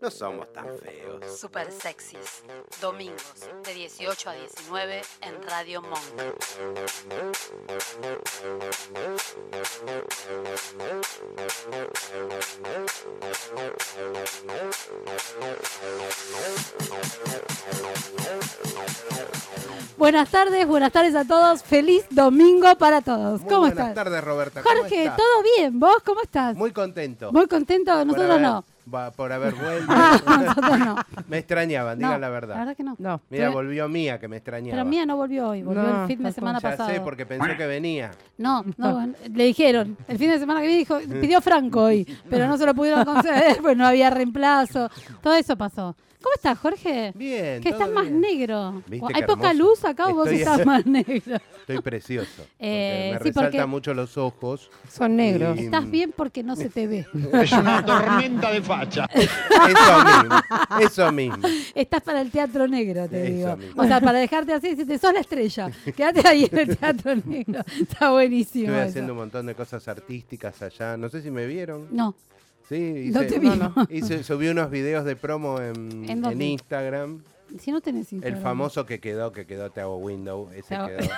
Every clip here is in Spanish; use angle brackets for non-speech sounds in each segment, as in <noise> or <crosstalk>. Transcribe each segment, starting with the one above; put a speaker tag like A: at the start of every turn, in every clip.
A: no somos tan feos.
B: Super sexys. Domingos de 18 a 19 en Radio Monk.
C: Buenas tardes, buenas tardes a todos. Feliz domingo para todos.
A: Muy
C: ¿Cómo
A: buenas
C: estás?
A: tardes, Roberta. ¿cómo
C: Jorge,
A: estás?
C: ¿todo bien? ¿Vos cómo estás?
A: Muy contento.
C: Muy contento,
A: por
C: nosotros
A: haber-
C: no.
A: va- por
C: <laughs>
A: haber vuelto.
C: Ah,
A: <laughs>
C: nosotros no.
A: me extrañaban,
C: No,
A: digan la
C: La
A: verdad.
C: verdad que no.
D: No.
A: Mira,
C: pero-
A: volvió Mía, que me extrañaba.
C: Pero Mía no volvió hoy, volvió
D: No,
C: el fin de
D: tal
C: semana
A: ya
C: pasado.
A: sé, porque pensó que venía. <laughs>
C: No, no, bueno, le dijeron. El fin de semana que viene dijo, pidió Franco hoy, pero no se lo pudieron conceder,
A: <laughs>
C: pues no había reemplazo. Todo eso pasó. ¿Cómo estás, Jorge?
A: Bien,
C: Que estás
A: todo
C: más
A: bien.
C: negro.
A: ¿Viste
C: ¿Hay
A: qué
C: poca
A: hermoso?
C: luz acá o vos
A: Estoy-
C: estás más
A: <laughs>
C: negro?
A: Estoy
C: <laughs>
A: precioso. porque
C: Eh,
A: me
C: sí,
A: resaltan
C: porque-
A: mucho los ojos.
D: Son negros.
A: Y- mm,
C: Estás bien porque no se te ve.
E: Es una tormenta de facha.
A: Eso mismo. Eso
C: <laughs>
A: mismo.
C: Estás para el teatro negro, te
A: Eso
C: digo.
A: mismo.
C: O sea, para dejarte así, decirte, sos
A: <laughs>
C: la estrella. Quédate ahí en el teatro negro. Está buenísimo.
A: Estuve
C: eso.
A: haciendo un montón de cosas artísticas allá. No sé si me vieron.
C: No,
A: Sí,
C: No
A: hice,
C: te vi.
A: hice- subí unos videos de promo en,
C: ¿En dónde?
A: en Instagram.
C: si no tenés
A: El
C: Instagram.
A: famoso que quedó, que quedó, te hago window, ese
C: Te hago-
A: quedó.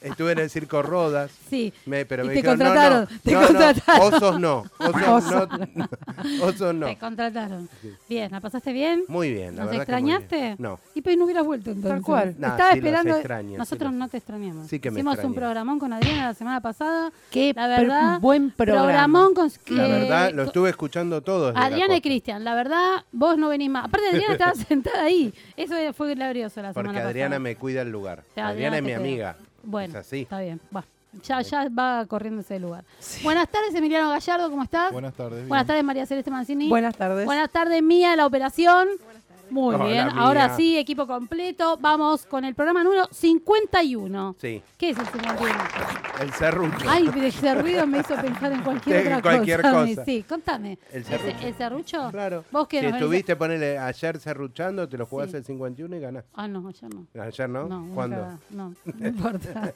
A: Estuve en el circo Rodas.
C: Sí.
A: me- pero
C: Y
A: me
C: te
A: dijeron, no, no,
C: contrataron, te
A: no, no,
C: contrataron.
A: osos no, osos no, <laughs> osos no.
C: Te contrataron. Bien, ¿la pasaste bien?
A: Muy bien, la
C: ¿Nos
A: verdad que muy bien.
C: extrañaste?
A: No.
C: Y pues no hubieras vuelto entonces.
D: cual.
A: Nah,
C: Estaba
A: sí los
C: esperando.
A: extraño, sí
C: Nosotros
A: los-
C: no te extrañamos.
A: Sí que me
C: Hicimos un
A: extrañan.
C: programón con Adriana la semana pasada.
D: Qué
C: la verdad,
D: pr- buen programa.
C: Programón con.
A: La
C: eh,
A: verdad, lo
C: con-
A: estuve escuchando todo. desde la
C: Adriana y
A: costa.
C: Cristian, la verdad, vos no venís más. Aparte,
A: <laughs>
C: Adriana estaba sentada ahí. Eso fue glorioso la semana
A: Porque
C: pasada.
A: Adriana me cuida el lugar.
C: O sea,
A: Adriana es mi
C: te cuida.
A: amiga.
C: Bueno,
A: Es así.
C: está bien. Va. Ya, ya va corriendo ese lugar. Buenas tardes, Emiliano Gallardo, ¿cómo estás?
F: Buenas tardes.
C: Buenas
F: bien.
C: tardes, María Celeste Mancini.
D: Buenas tardes.
C: Buenas tardes, Mía, la operación. Muy
A: Hola,
C: bien,
A: Mía.
C: ahora sí, equipo completo. Vamos con el programa número 51.
A: Sí,
C: ¿Qué es el 51?
A: el serrucho.
C: Ay, pero ese ruido me hizo pensar en
A: <laughs>
C: cualquier
A: Sí,
C: otra
A: cualquier
C: cosa.
A: cosa.
C: Sí, contame.
A: El
C: ¿Ese-
A: serrucho.
C: ¿El <laughs> serrucho?
A: Claro.
C: ¿Vos qué
A: si
C: nos venís a-
A: estuviste, ponele, ayer serruchando, te lo jugás
C: Sí.
A: el 51 y ganás.
C: Ah, no, ya no.
A: Ayer no.
C: No,
A: ¿Cuándo? Eh,
C: <laughs> nunca- no, no
A: <laughs>
C: importa.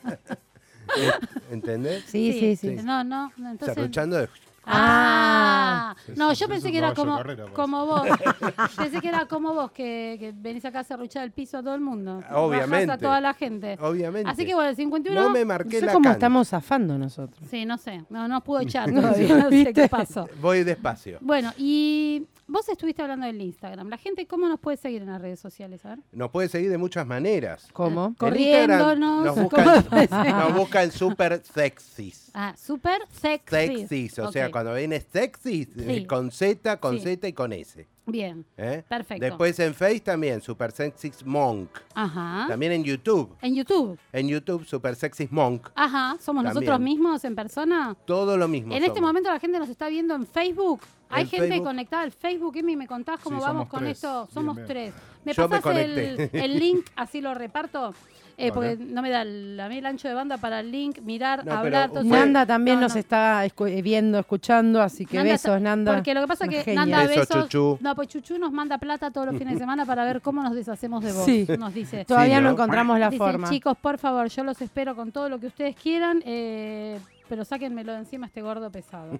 A: ¿Entendés?
D: Sí, sí, sí.
C: No, no, no, entonces.
A: Serruchando de...
C: Ah, no, yo
F: Es
C: pensé
F: un
C: que era como,
F: caballo de carrera, parece.
C: como vos.
A: pues. <laughs>
C: pensé que era como vos, que, que venís acá a serruchar el piso a todo el mundo. Bajás
A: Obviamente.
C: A toda la gente.
A: Obviamente.
C: Así que bueno, el 51.
A: No me marqué
D: No sé
A: la
D: cómo
A: cancha.
D: estamos zafando nosotros.
C: Sí, no sé. No, no
A: <laughs>
C: pudo echar todavía. no sé qué
D: ¿Viste?
C: pasó.
A: Voy despacio.
C: Bueno, y vos estuviste hablando del Instagram. La gente, ¿cómo nos puede seguir en las redes sociales? A ver.
A: Nos puede seguir de muchas maneras.
D: ¿Cómo?
A: En Instagram
C: Corriéndonos. <laughs>
A: Nos
C: ¿Cómo
A: buscan,
C: puede ser?
A: nos buscan super sexys.
C: Ah, super sexy.
A: Sexys, o sea,
C: Ok,
A: cuando viene sexys, eh,
C: Sí.
A: con Z, con
C: Sí.
A: Z y con S.
C: Bien.
A: ¿eh?
C: Perfecto.
A: Después en Face también, Super Sexys Monk.
C: Ajá.
A: También en YouTube.
C: En YouTube.
A: En YouTube, Super Sexys Monk.
C: Ajá. ¿Somos nosotros
A: También.
C: mismos en persona?
A: Todo lo mismo.
C: En este
A: somos.
C: momento la gente nos está viendo en Facebook. Hay
A: En
C: gente
A: Facebook.
C: conectada al Facebook. Emi, ¿me contás cómo
F: Sí,
C: vamos
F: somos
C: con
F: tres.
C: esto?
F: Bien,
C: Somos
F: bien.
C: tres. ¿Me
A: Yo me
C: pasas el,
A: conecté.
C: el link? Así lo reparto. Eh,
A: Vale.
C: Porque no me da el, a mí el ancho de banda para el link, mirar,
A: No, pero
C: hablar. todo eso.
A: fue-
D: Nanda también
C: No,
D: nos
C: no.
D: está escu- eh, viendo, escuchando, así que
C: Nanda
D: besos,
C: está-
D: Nanda.
C: Porque lo que pasa es
D: Una
C: que
D: genia.
C: Nanda
A: Besos,
C: besos.
A: Chuchu.
C: No, pues Chuchu nos manda plata todos los fines de semana para ver cómo nos deshacemos de vos.
D: Sí.
C: Nos dice.
D: Todavía
A: Sí,
D: no
A: ¿no?
D: encontramos la
C: Dicen,
D: forma.
C: chicos, por favor, yo los espero con todo lo que ustedes quieran, eh, pero sáquenmelo de encima a este gordo pesado.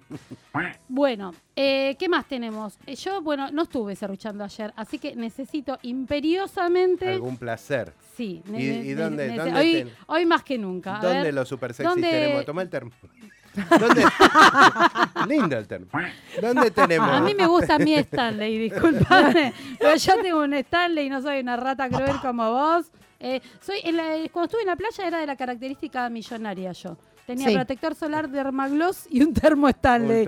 C: bueno, eh, ¿qué más tenemos? Eh, Yo, bueno, no estuve serruchando ayer, así que necesito imperiosamente...
A: Algún placer.
C: Sí, ne-
A: ¿Y-
C: ne-
A: y dónde-
C: ne-
A: dónde
C: hoy,
A: ten-
C: hoy más que nunca. A
A: ¿Dónde
C: ver,
A: los super sexys
C: ¿dónde-
A: tenemos? Toma el
C: <laughs>
A: termo. ¿Dónde? Lindo el termo. ¿Dónde tenemos?
C: A mí me gusta mi Stanley, disculpame, pero yo tengo un Stanley y no soy una rata cruel como vos. Eh, soy en la- cuando estuve en la playa era de la característica millonaria yo. Tenía
D: Sí.
C: protector solar de Hermagloss y un termo Stanley.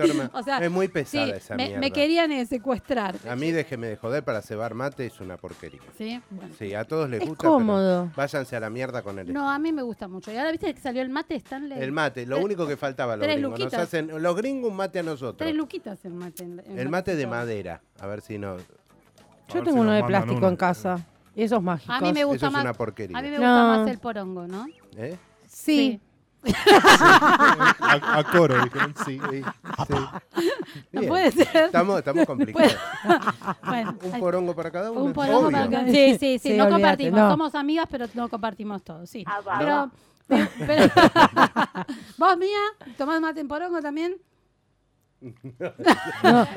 A: Un termo-
C: O sea,
A: es muy pesada esa
C: me,
A: mierda.
C: me querían eh, secuestrar.
A: A mí déjeme de joder para cebar mate, es una porquería.
C: ¿Sí? Bueno.
A: Sí, a todos les
D: Es
A: gusta. pero
D: cómodo.
A: váyanse a la mierda con el,
C: No, a mí me gusta mucho. Y ahora viste que salió el mate Stanley.
A: el mate. Lo
C: Tres-
A: único que faltaba a los
C: tres
A: gringos. Nos
C: luquitas.
A: hacen, los gringos un mate a nosotros.
C: Tres luquitas el mate. en- en
A: El mate de
C: platito.
A: madera. A ver si no.
D: Yo
F: A
D: tengo
F: ver si
D: uno
F: nos
D: de
F: mandan
D: plástico
F: uno.
D: en casa. Y esos mágicos.
C: A mí me gusta
A: Eso es
C: más.
A: una
C: A mí
A: porquería.
C: me gusta
D: No.
C: más el porongo, ¿no?
A: ¿eh?
D: Sí.
F: <laughs> A, a coro dijeron sí.
A: Sí, sí.
C: <laughs> No
A: Bien.
C: puede ser.
A: Estamos,
C: <laughs>
A: estamos complicados.
C: Bueno,
A: Un
C: ahí-
A: porongo para cada uno.
C: un porongo
A: obvio.
C: para cada- Sí, sí, sí,
D: Sí,
C: no
D: olvídate,
C: compartimos.
D: no.
C: Somos amigas, pero no compartimos todo, sí.
B: Ah, va,
C: Pero, <laughs> pero- vos, mía, tomás mate en porongo también.
A: Está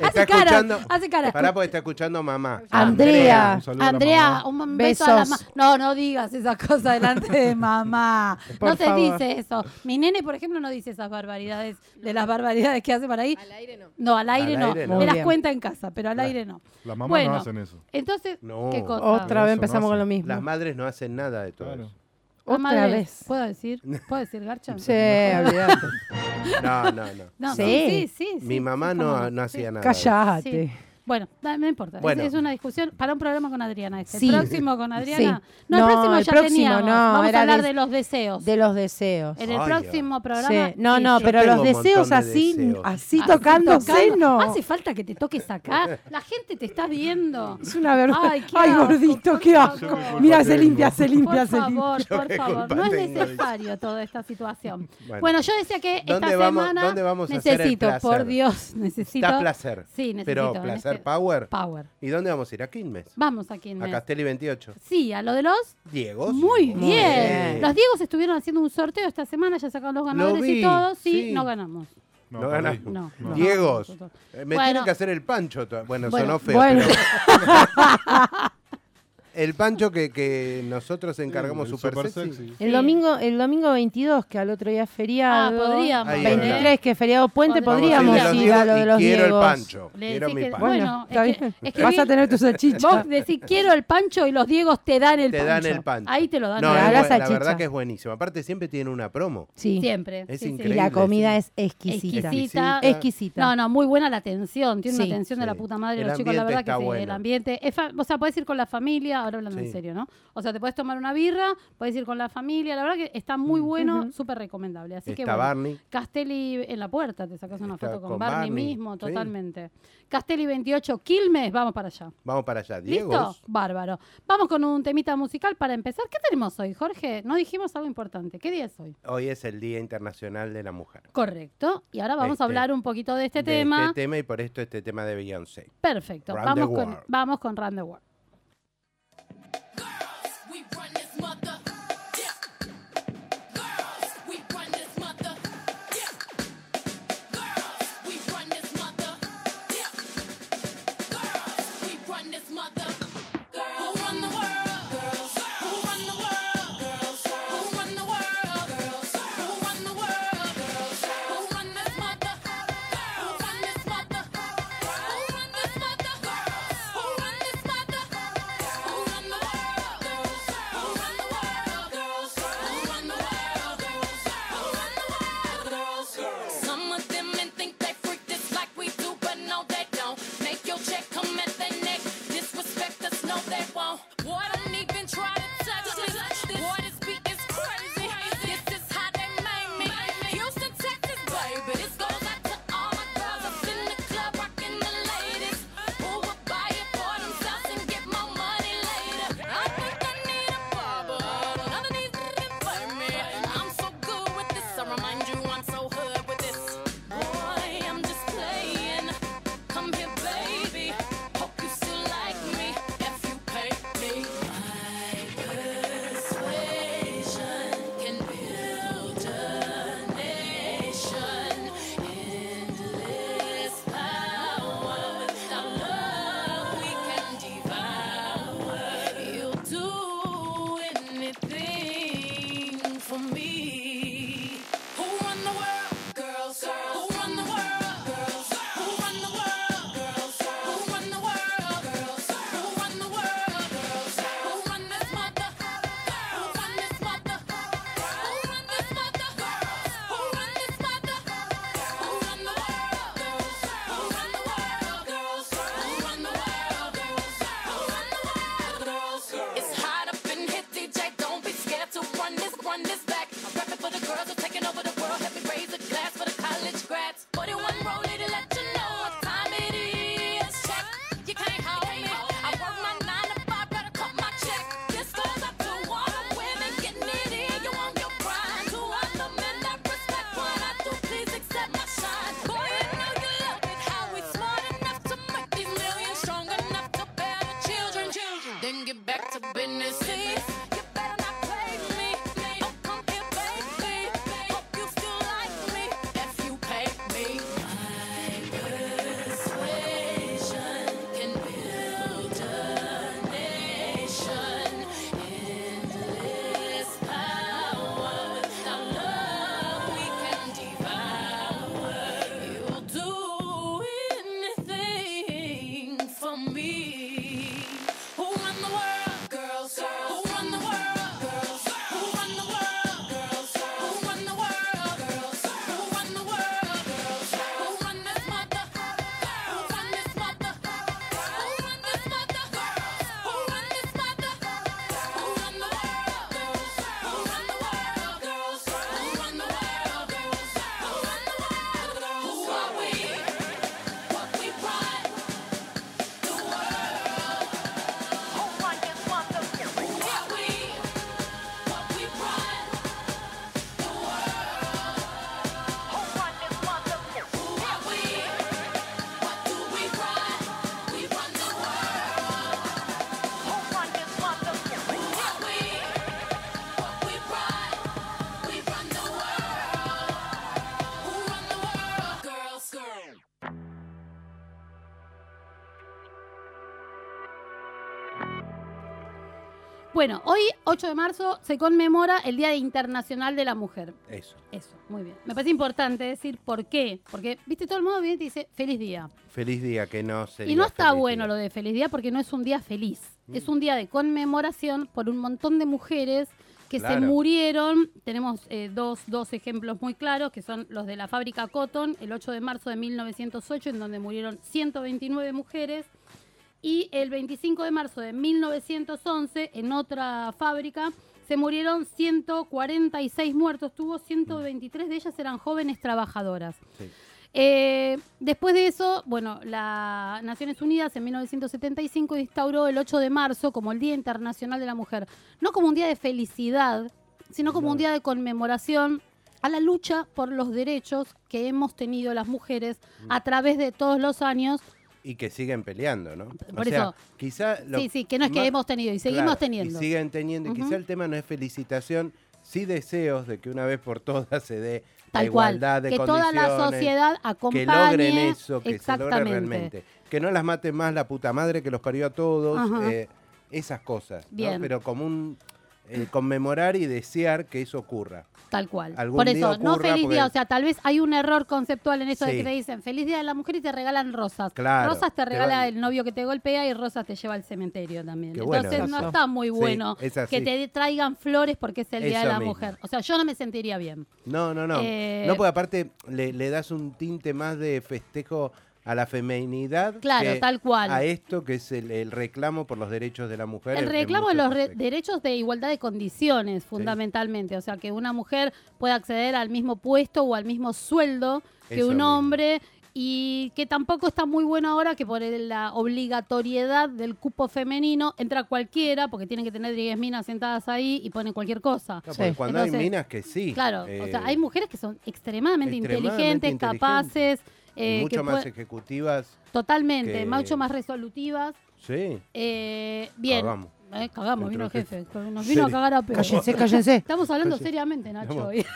C: Hace cara,
A: escuchando.
C: hace cara.
A: Pará porque está escuchando a mamá.
D: Andrea.
F: Un saludo a
C: <laughs>
F: la
C: Andrea,
F: mamá.
C: un beso a la mamá.
D: Besos.
C: No, no digas esas cosas delante
D: <laughs>
C: de mamá.
D: Por
C: no te
D: favor.
C: dice eso. Mi nene, por ejemplo, no dice esas barbaridades, de las barbaridades que hace por ahí.
B: Al aire no.
C: No, al aire
A: Al
C: no.
A: aire
D: no.
C: Me
D: Muy
C: las
D: bien.
C: cuenta en casa, pero al aire no.
F: Las mamás
C: Bueno.
F: no hacen eso.
C: Entonces,
A: No.
C: ¿qué cosa?
D: Otra vez
F: Eso no
D: empezamos con
F: hace.
A: Las
D: lo mismo.
A: madres no hacen nada de todo
F: Claro.
A: eso.
D: Otra
C: Amadre,
D: vez.
C: ¿Puedo decir? ¿Puedo decir, Garcha?
D: Sí, olvidate.
A: No, no, no.
C: No, sí, sí,
D: Sí.
C: sí,
A: Mi
C: sí,
A: mamá
C: estamos
A: no,
C: mal.
A: no
C: Sí.
A: hacía nada. de eso.
D: Cállate.
C: Bueno, da- no importa. Es-
A: Bueno.
C: Es, una discusión para un programa con Adriana. Este.
D: Sí.
C: El próximo con Adriana.
D: Sí.
C: No, el
D: No,
C: próximo
D: el
C: ya
D: próximo
C: teníamos.
D: no,
C: Vamos
D: era
C: a hablar
D: de-
C: de los deseos.
D: De los deseos.
C: en el
A: Ay,
C: próximo programa.
D: Sí. No,
C: sí,
D: no,
C: sí.
D: pero
A: tengo
D: los
A: un
D: deseos
A: montón de
D: así,
A: deseos.
D: así
C: Así
D: tocándose,
C: tocando. Ah,
D: no.
C: Hace falta que te
A: <laughs>
C: toques acá. La gente te está viendo.
D: Es una vergüenza.
C: Ay,
D: Ay,
C: qué asco,
D: gordito,
C: por
D: qué
C: favor.
D: asco.
C: Yo qué culpa
D: Mira, se
F: tengo.
D: limpia, se limpia,
C: Por
D: se limpia.
C: favor, por
A: qué
C: favor.
A: culpa
C: No es
A: tengo de
C: necesario toda esta situación.
A: Bueno.
C: Bueno, yo decía que esta
A: ¿Dónde vamos-
C: semana
A: dónde vamos a hacer el
C: necesito,
A: placer?
C: por Dios, <laughs> necesito.
A: Está placer.
C: Sí, necesito.
A: Pero
C: en
A: placer
C: este-
A: power.
C: Power.
A: ¿Y dónde vamos a ir? A Quilmes.
C: Vamos a quien
A: A
C: me.
A: Castelli 28.
C: Sí, a lo de los.
A: Diego.
C: Muy bien.
D: Muy bien.
C: Los Diegos estuvieron haciendo un sorteo esta semana, ya sacaron los ganadores
A: vi,
C: y todo. Sí,
A: sí.
C: no ganamos.
F: No,
A: No
F: perdí.
A: ganamos.
C: No.
F: No.
C: no.
A: Diegos.
C: No, no, no,
A: Eh, Me
C: Bueno.
A: tienen que hacer el pancho. to- Bueno,
C: Bueno.
A: sonó feo.
D: Bueno,
A: pero
C: <laughs>
A: el pancho que, que nosotros encargamos
F: El
A: super, sexy.
D: el domingo, el domingo 22, que al otro día es feriado.
C: Ah, podríamos,
A: Ahí
D: 23, que es feriado puente,
C: Podríamos.
D: podríamos
A: Vamos a
D: ir a lo de
A: y
D: los
A: Quiero el
D: Diegos.
A: pancho.
C: Le
A: quiero
C: decís
A: mi
C: que-
A: pancho.
D: Bueno,
C: Bueno,
D: está
C: es que-
D: bien.
C: es que
D: Vas
C: vi-
D: a tener tu salchicha.
C: Vos decís, quiero el pancho y los Diegos te dan el
A: te
C: pancho.
A: dan el pancho.
C: Ahí te lo dan.
A: No,
D: Te
A: es
D: dan la
A: buen- la
D: salchicha.
A: verdad que es buenísimo. Aparte, siempre tiene una promo.
D: Sí.
C: Siempre.
A: Es
C: sí, sí.
D: Y
A: increíble.
D: la comida es
C: Exquisita.
D: exquisita.
A: Exquisita.
D: Exquisita.
C: No, no, muy buena la atención. Tiene
D: Sí.
C: una atención de la
A: Sí.
C: puta madre
A: El
C: los chicos, la
A: ambiente
C: verdad
A: está
C: que sí, el
A: bueno.
C: ambiente. es fa- o sea, puedes ir con la familia, ahora hablando
A: Sí.
C: en serio, ¿no? O sea, te puedes tomar una birra, puedes ir con la familia, la verdad que está
D: Mm.
C: muy bueno, súper recomendable. Así que
A: Está
C: bueno.
A: Barney.
C: Castelli en la puerta, te sacas una
A: Está
C: foto con,
A: con Barney,
C: Barney, mismo,
A: sí.
C: totalmente. Castelli 28, Quilmes, vamos para allá.
A: Vamos para allá.
C: ¿Listo?
A: Diego.
C: Bárbaro. Vamos con un temita musical para empezar. ¿Qué tenemos hoy, Jorge? No dijimos algo importante. ¿Qué día es hoy?
A: Hoy es el Día Internacional de la Mujer.
C: Correcto. Y ahora vamos
A: Este,
C: a hablar un poquito de este
A: De
C: tema.
A: Este tema y por esto este tema de Beyoncé.
C: Perfecto.
A: Run
C: Vamos
A: the
C: con,
A: world.
C: vamos con Run the World.
G: We run this mother. Yeah. Girls, we run this mother. Yeah. Girls, we run this mother. Yeah. Girls, we run this mother. Girls, who run the world? Girls, who run the world? Girls, who run the world? Girls, who run the world? Girls, who run this mother? Girls, who run this mother? Who run this mother? Girls, who run this mother? Who run the world? Girls, who run the world? Girls, who run the world? Girls, who run the world? Girls, some of them men think they freak this like we do, but no, they don't. Make your check come at their neck. Disrespect Oh,
C: Bueno, hoy, 8 de marzo, se conmemora el Día Internacional de la Mujer.
A: Eso.
C: Eso, muy bien. Me parece importante decir por qué. Porque, viste, todo el mundo viene y te dice feliz día.
A: Feliz día que no se.
C: y no está bueno lo de feliz día Mm. porque no es un día feliz. Es un día de conmemoración por un montón de mujeres que se
A: Claro.
C: murieron. Tenemos eh, dos, dos ejemplos muy claros, que son los de la fábrica Cotton, el 8 de marzo de 1908, en donde murieron 129 mujeres. Y el 25 de marzo de 1911, en otra fábrica, se murieron 146 muertos. Tuvo 123 de ellas eran jóvenes trabajadoras.
A: Sí.
C: Eh, después de eso, bueno, las Naciones Unidas en 1975 instauró el 8 de marzo como el Día Internacional de la Mujer. No como un día de felicidad, sino como un día de conmemoración a la lucha por los derechos que hemos tenido las mujeres
A: Mm.
C: a través de todos los años.
A: Y que siguen peleando, ¿no?
C: Por
A: o sea,
C: eso.
A: Quizá lo
C: sí, sí, que no es que
A: más-
C: hemos tenido y seguimos
A: Claro,
C: teniendo.
A: Y siguen teniendo. Y
C: Ujú.
A: quizá el tema no es felicitación, sí deseos de que una vez por todas se dé la
C: Tal cual,
A: igualdad de
C: que toda
A: condiciones.
C: la sociedad acompañe.
A: que logren eso, que se logre
C: exactamente.
A: realmente. Que no las mate más la puta madre que los parió a todos,
C: Ajá.
A: eh, esas cosas. ¿no?
C: Bien.
A: Pero como un eh, conmemorar y desear que eso ocurra.
C: Tal cual.
A: Algún
C: Por
A: día
C: eso, no
A: ocurra,
C: feliz día.
A: porque-
C: O sea, tal vez hay un error conceptual en eso de
A: Sí.
C: que te dicen feliz día de la mujer y te regalan rosas.
A: Claro.
C: Rosas
A: Te
C: te regala
A: va-
C: el novio que te golpea y rosas te lleva al cementerio también.
A: Qué bueno
C: Entonces no
A: eso.
C: está muy
A: Sí,
C: bueno
A: es así.
C: que te traigan flores porque es el día de
A: Eso
C: la
A: mismo.
C: mujer. O sea, yo no me sentiría bien.
A: No, no, no.
C: Eh,
A: no, porque aparte le, le das un tinte más de festejo a la feminidad.
C: Claro,
A: que
C: tal cual.
A: A esto que es el, el reclamo por los derechos de la mujer.
C: El
A: en- en
C: reclamo de
A: muchos
C: los re-
A: aspectos.
C: derechos de igualdad de condiciones, fundamentalmente. O sea, que una mujer pueda acceder al mismo puesto o al mismo sueldo que
A: Eso
C: un
A: mismo.
C: hombre. Y que tampoco está muy bueno ahora que por el- la obligatoriedad del cupo femenino entra cualquiera, porque tienen que tener 10 minas sentadas ahí y ponen cualquier cosa.
A: No, porque
D: Sí.
A: cuando
C: Entonces,
A: hay minas que sí.
C: Claro, o sea,
A: eh,
C: hay mujeres que son extremadamente,
A: extremadamente
C: inteligentes,
A: inteligentes.
C: capaces,
A: y
C: eh, que
A: mucho más
C: pue-
A: ejecutivas.
C: totalmente,
A: que-
C: mucho más resolutivas.
A: Sí.
C: Eh, bien.
A: Cagamos.
C: Eh, cagamos, vino
A: Entró
C: el
A: el jefe.
C: jefe. Nos vino a
A: Sí.
C: cagar a pedo.
D: Cállense, cállense.
C: Estamos hablando seriamente, Nacho.
A: Vamos.
C: hoy.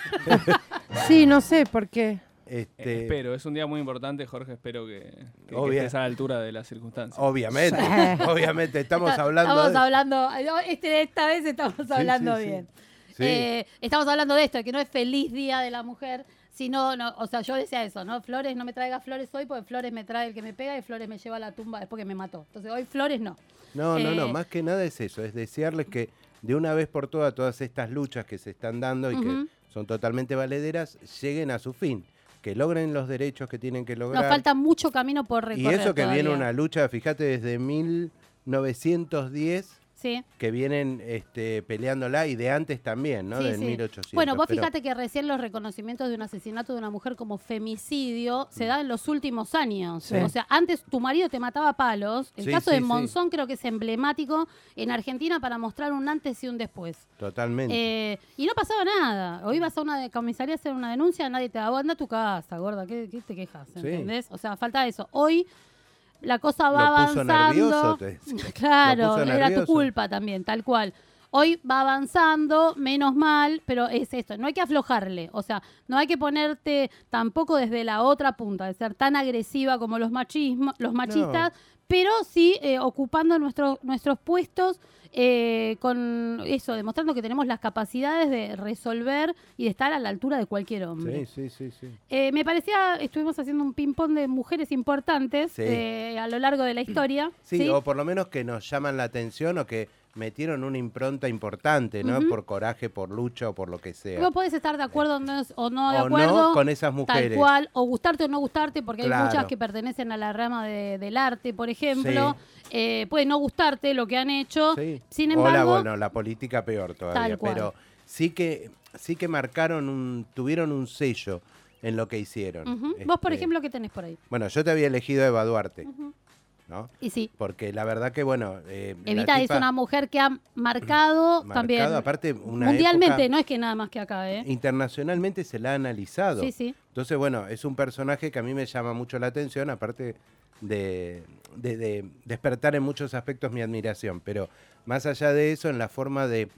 D: Sí, no sé por qué.
H: Eh,
A: Este,
H: espero, es un día muy importante, Jorge. Espero que, que- que
A: Obvia-
H: estés a la altura de las circunstancias.
C: <laughs>
A: Obviamente,
D: Sí.
A: obviamente, estamos
C: Está-
A: hablando.
C: Estamos
A: de-
C: hablando. no, este- esta vez estamos hablando
A: sí, sí.
C: bien.
A: Sí.
C: Eh, estamos hablando de esto, de que no es feliz día de la mujer, sino, no, o sea, yo decía eso, ¿no? Flores, no me traigas flores hoy porque flores me trae el que me pega y flores me lleva a la tumba después que me mató. Entonces, hoy flores no.
A: No, no, no,
C: Eh,
A: más que nada es eso, es desearles que de una vez por todas todas estas luchas que se están dando y
C: Ujú.
A: que son totalmente valederas lleguen a su fin, que logren los derechos que tienen que lograr.
C: Nos falta mucho camino por
A: y
C: recorrer.
A: eso que viene
C: todavía.
A: una lucha, fíjate, desde 1910
C: Sí.
A: que vienen este, peleándola y de antes también, ¿no?
C: Sí,
A: Del
C: sí.
A: 1800.
C: Bueno, vos
A: pero-
C: fíjate que recién los reconocimientos de un asesinato de una mujer como femicidio
A: Mm.
C: se da en los últimos años.
D: Sí.
C: O sea, antes tu marido te mataba a palos. El
A: Sí,
C: caso
A: sí,
C: de
A: sí.
C: Monzón creo que es emblemático en Argentina para mostrar un antes y un después.
A: Totalmente.
C: Eh, y no pasaba nada. Hoy vas a una de- comisaría a hacer una denuncia, nadie te va, anda a tu casa, gorda, ¿qué, qué te quejas?
A: Sí.
C: ¿Entendés? O sea, falta eso. Hoy la cosa va
A: Lo puso nervioso,
C: avanzando. <laughs>
A: te <laughs> decía. Lo
C: Claro,
A: puso
C: era tu
A: nervioso.
C: culpa también, tal cual. Hoy va avanzando, menos mal, pero es esto, no hay que aflojarle, o sea, no hay que ponerte tampoco desde la otra punta, de ser tan agresiva como los, machismo, los machistas, pero sí eh, ocupando nuestros nuestros puestos eh, con eso, demostrando que tenemos las capacidades de resolver y de estar a la altura de cualquier hombre.
A: Sí, sí, sí, sí.
C: Eh, me parecía, estuvimos haciendo un ping-pong de mujeres importantes
A: Sí.
C: eh, a lo largo de la historia.
A: <clears throat> Sí,
C: ¿sí?
A: o por lo menos que nos llaman la atención o que metieron una impronta importante, ¿no?
C: Ujú.
A: Por coraje, por lucha o por lo que sea.
C: Vos podés estar de acuerdo o no, o no de
A: o
C: acuerdo.
A: no con esas
C: Tal
A: mujeres.
C: cual, o gustarte o no gustarte, porque hay
A: Claro.
C: muchas que pertenecen a la rama de- del arte, por ejemplo. Eh, puede no gustarte lo que han <laughs> hecho.
A: Sí.
C: Sin
A: O la-
C: embargo,
A: bueno, la política peor todavía,
C: Tal cual.
A: pero sí que sí que marcaron un tuvieron un sello en lo que hicieron.
C: ujú. vos,
A: Este,
C: por ejemplo, ¿qué tenés por ahí?
A: bueno, yo te había elegido a Eva Duarte, ¿no?
C: Y sí,
A: Porque la verdad que bueno, eh, la
C: Evita es
A: tipa
C: una mujer que ha
A: marcado,
C: marcado, también
A: aparte una
C: mundialmente,
A: época-
C: no es que nada más que acá, ¿eh?
A: Internacionalmente se la ha analizado.
C: Sí, sí.
A: Entonces, bueno, es un personaje que a mí me llama mucho la atención, aparte de, de- de despertar en muchos aspectos mi admiración. Pero más allá de eso, en la forma de,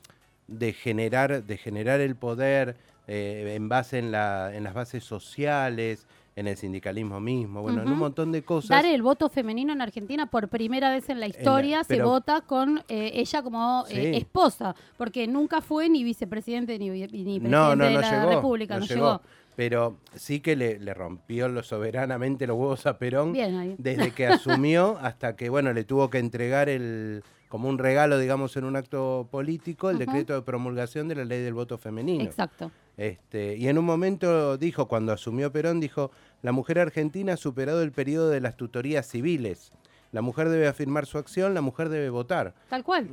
A: de generar, de generar el poder eh, en base en, la- en las bases sociales, en el sindicalismo mismo, bueno, en un
C: Ujú.
A: montón de cosas.
C: Dar el voto femenino en Argentina por primera vez en la historia se
A: pero-
C: vota con eh, ella como eh,
A: Sí.
C: esposa, porque nunca fue ni vicepresidente ni, vi- ni presidente
A: No, no,
C: de
A: no
C: la
A: llegó.
C: República, no, llegó.
A: Pero sí que le, le rompió lo soberanamente los huevos a Perón
C: Bien ahí.
A: desde que asumió hasta que, bueno, le tuvo que entregar el como un regalo, digamos, en un acto político, el
C: Ujú.
A: decreto de promulgación de la ley del voto femenino.
C: Exacto.
A: Este, y en un momento dijo, cuando asumió Perón, dijo, la mujer argentina ha superado el periodo de las tutorías civiles. La mujer debe afirmar su acción, la mujer debe votar.
C: Tal
A: <laughs>
C: cual.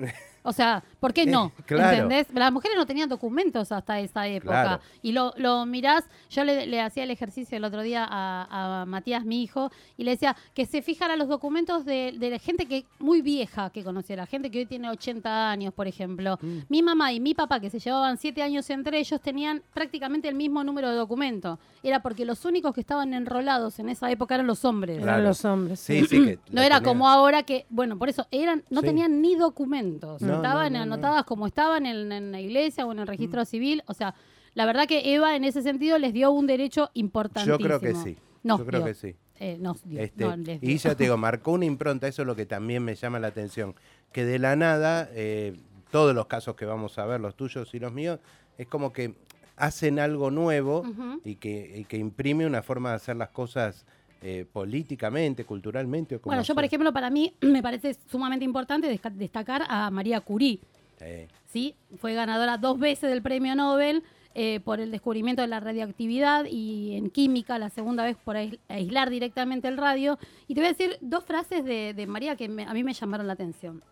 C: O sea, ¿por qué
A: Eh,
C: no?
A: <laughs> claro.
C: ¿Entendés? Las mujeres no tenían documentos hasta esa época.
A: Claro.
C: Y lo, lo mirás, yo le, le hacía el ejercicio el otro día a, a Matías, mi hijo, y le decía que se fijara los documentos de, de la gente que muy vieja que conocía, la gente que hoy tiene 80 años, por ejemplo.
A: Mm.
C: Mi mamá y mi papá, que se llevaban 7 años entre ellos, tenían prácticamente el mismo número de documentos. Era porque los únicos que estaban enrolados en esa época eran los hombres.
D: Eran
A: Claro.
D: los hombres.
A: Sí, sí que
C: <clears throat> No
A: la
C: era
A: tenía-
C: como ahora que, bueno, por eso eran, no
A: Sí.
C: tenían ni documentos,
A: No,
C: estaban
A: no, no, Mm. no.
C: anotadas como estaban en, en la iglesia o en el registro civil, o sea, la verdad que Eva en ese sentido les dio un derecho importantísimo.
A: Yo creo que sí.
C: Nos
A: Yo creo
C: dio.
A: que sí.
C: Eh, nos dio,
A: Este,
C: no, les
A: y
C: dio.
A: ya te
C: <laughs>
A: digo, marcó una impronta, eso es lo que también me llama la atención, que de la nada, eh, todos los casos que vamos a ver, los tuyos y los míos, es como que hacen algo nuevo
C: Ujú.
A: y, que, y que imprime una forma de hacer las cosas eh, políticamente, culturalmente. O como
C: Bueno, yo por
A: sea.
C: ejemplo, para mí <clears throat> me parece sumamente importante desca- destacar a María Curie,
A: Eh,
C: ¿sí? Fue ganadora dos veces del premio Nobel eh, por el descubrimiento de la radioactividad y en química, la segunda vez por ais- aislar directamente el radio. Y te voy a decir dos frases de, de María que me- a mí me llamaron la atención.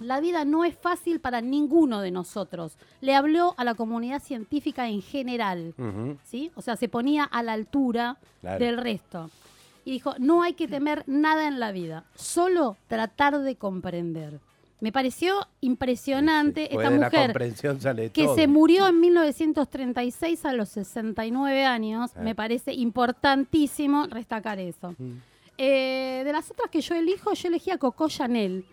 C: La vida no es fácil para ninguno de nosotros. Le habló a la comunidad científica en general.
A: ujú,
C: ¿sí? O sea, se ponía a la altura
A: Claro.
C: del resto. Y dijo, no hay que temer nada en la vida, solo tratar de comprender. Me pareció impresionante
A: sí, pues
C: esta
A: de La
C: mujer
A: comprensión sale
C: que
A: todo.
C: se murió en 1936 a los 69 años.
A: Ah.
C: Me parece importantísimo destacar eso.
A: Mm.
C: Eh, de las otras que yo elijo, yo elegí a Coco Chanel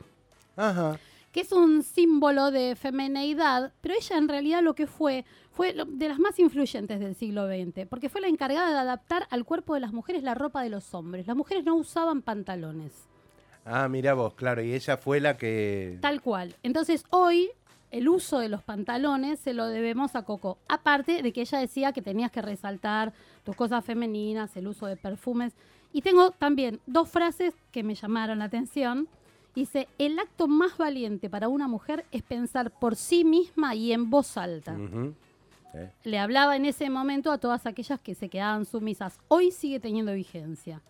A: Ajá.
C: que es un símbolo de femeneidad, pero ella en realidad lo que fue fue lo- de las más influyentes del siglo XX, porque fue la encargada de adaptar al cuerpo de las mujeres la ropa de los hombres. Las mujeres no usaban pantalones,
A: Ah, mira vos, claro, y ella fue la que...
C: tal cual. Entonces hoy el uso de los pantalones se lo debemos a Coco, aparte de que ella decía que tenías que resaltar tus cosas femeninas, el uso de perfumes. Y tengo también dos frases que me llamaron la atención. Dice, el acto más valiente para una mujer es pensar por sí misma y en voz alta.
A: Ujú, eh.
C: Le hablaba en ese momento a todas aquellas que se quedaban sumisas. Hoy sigue teniendo vigencia.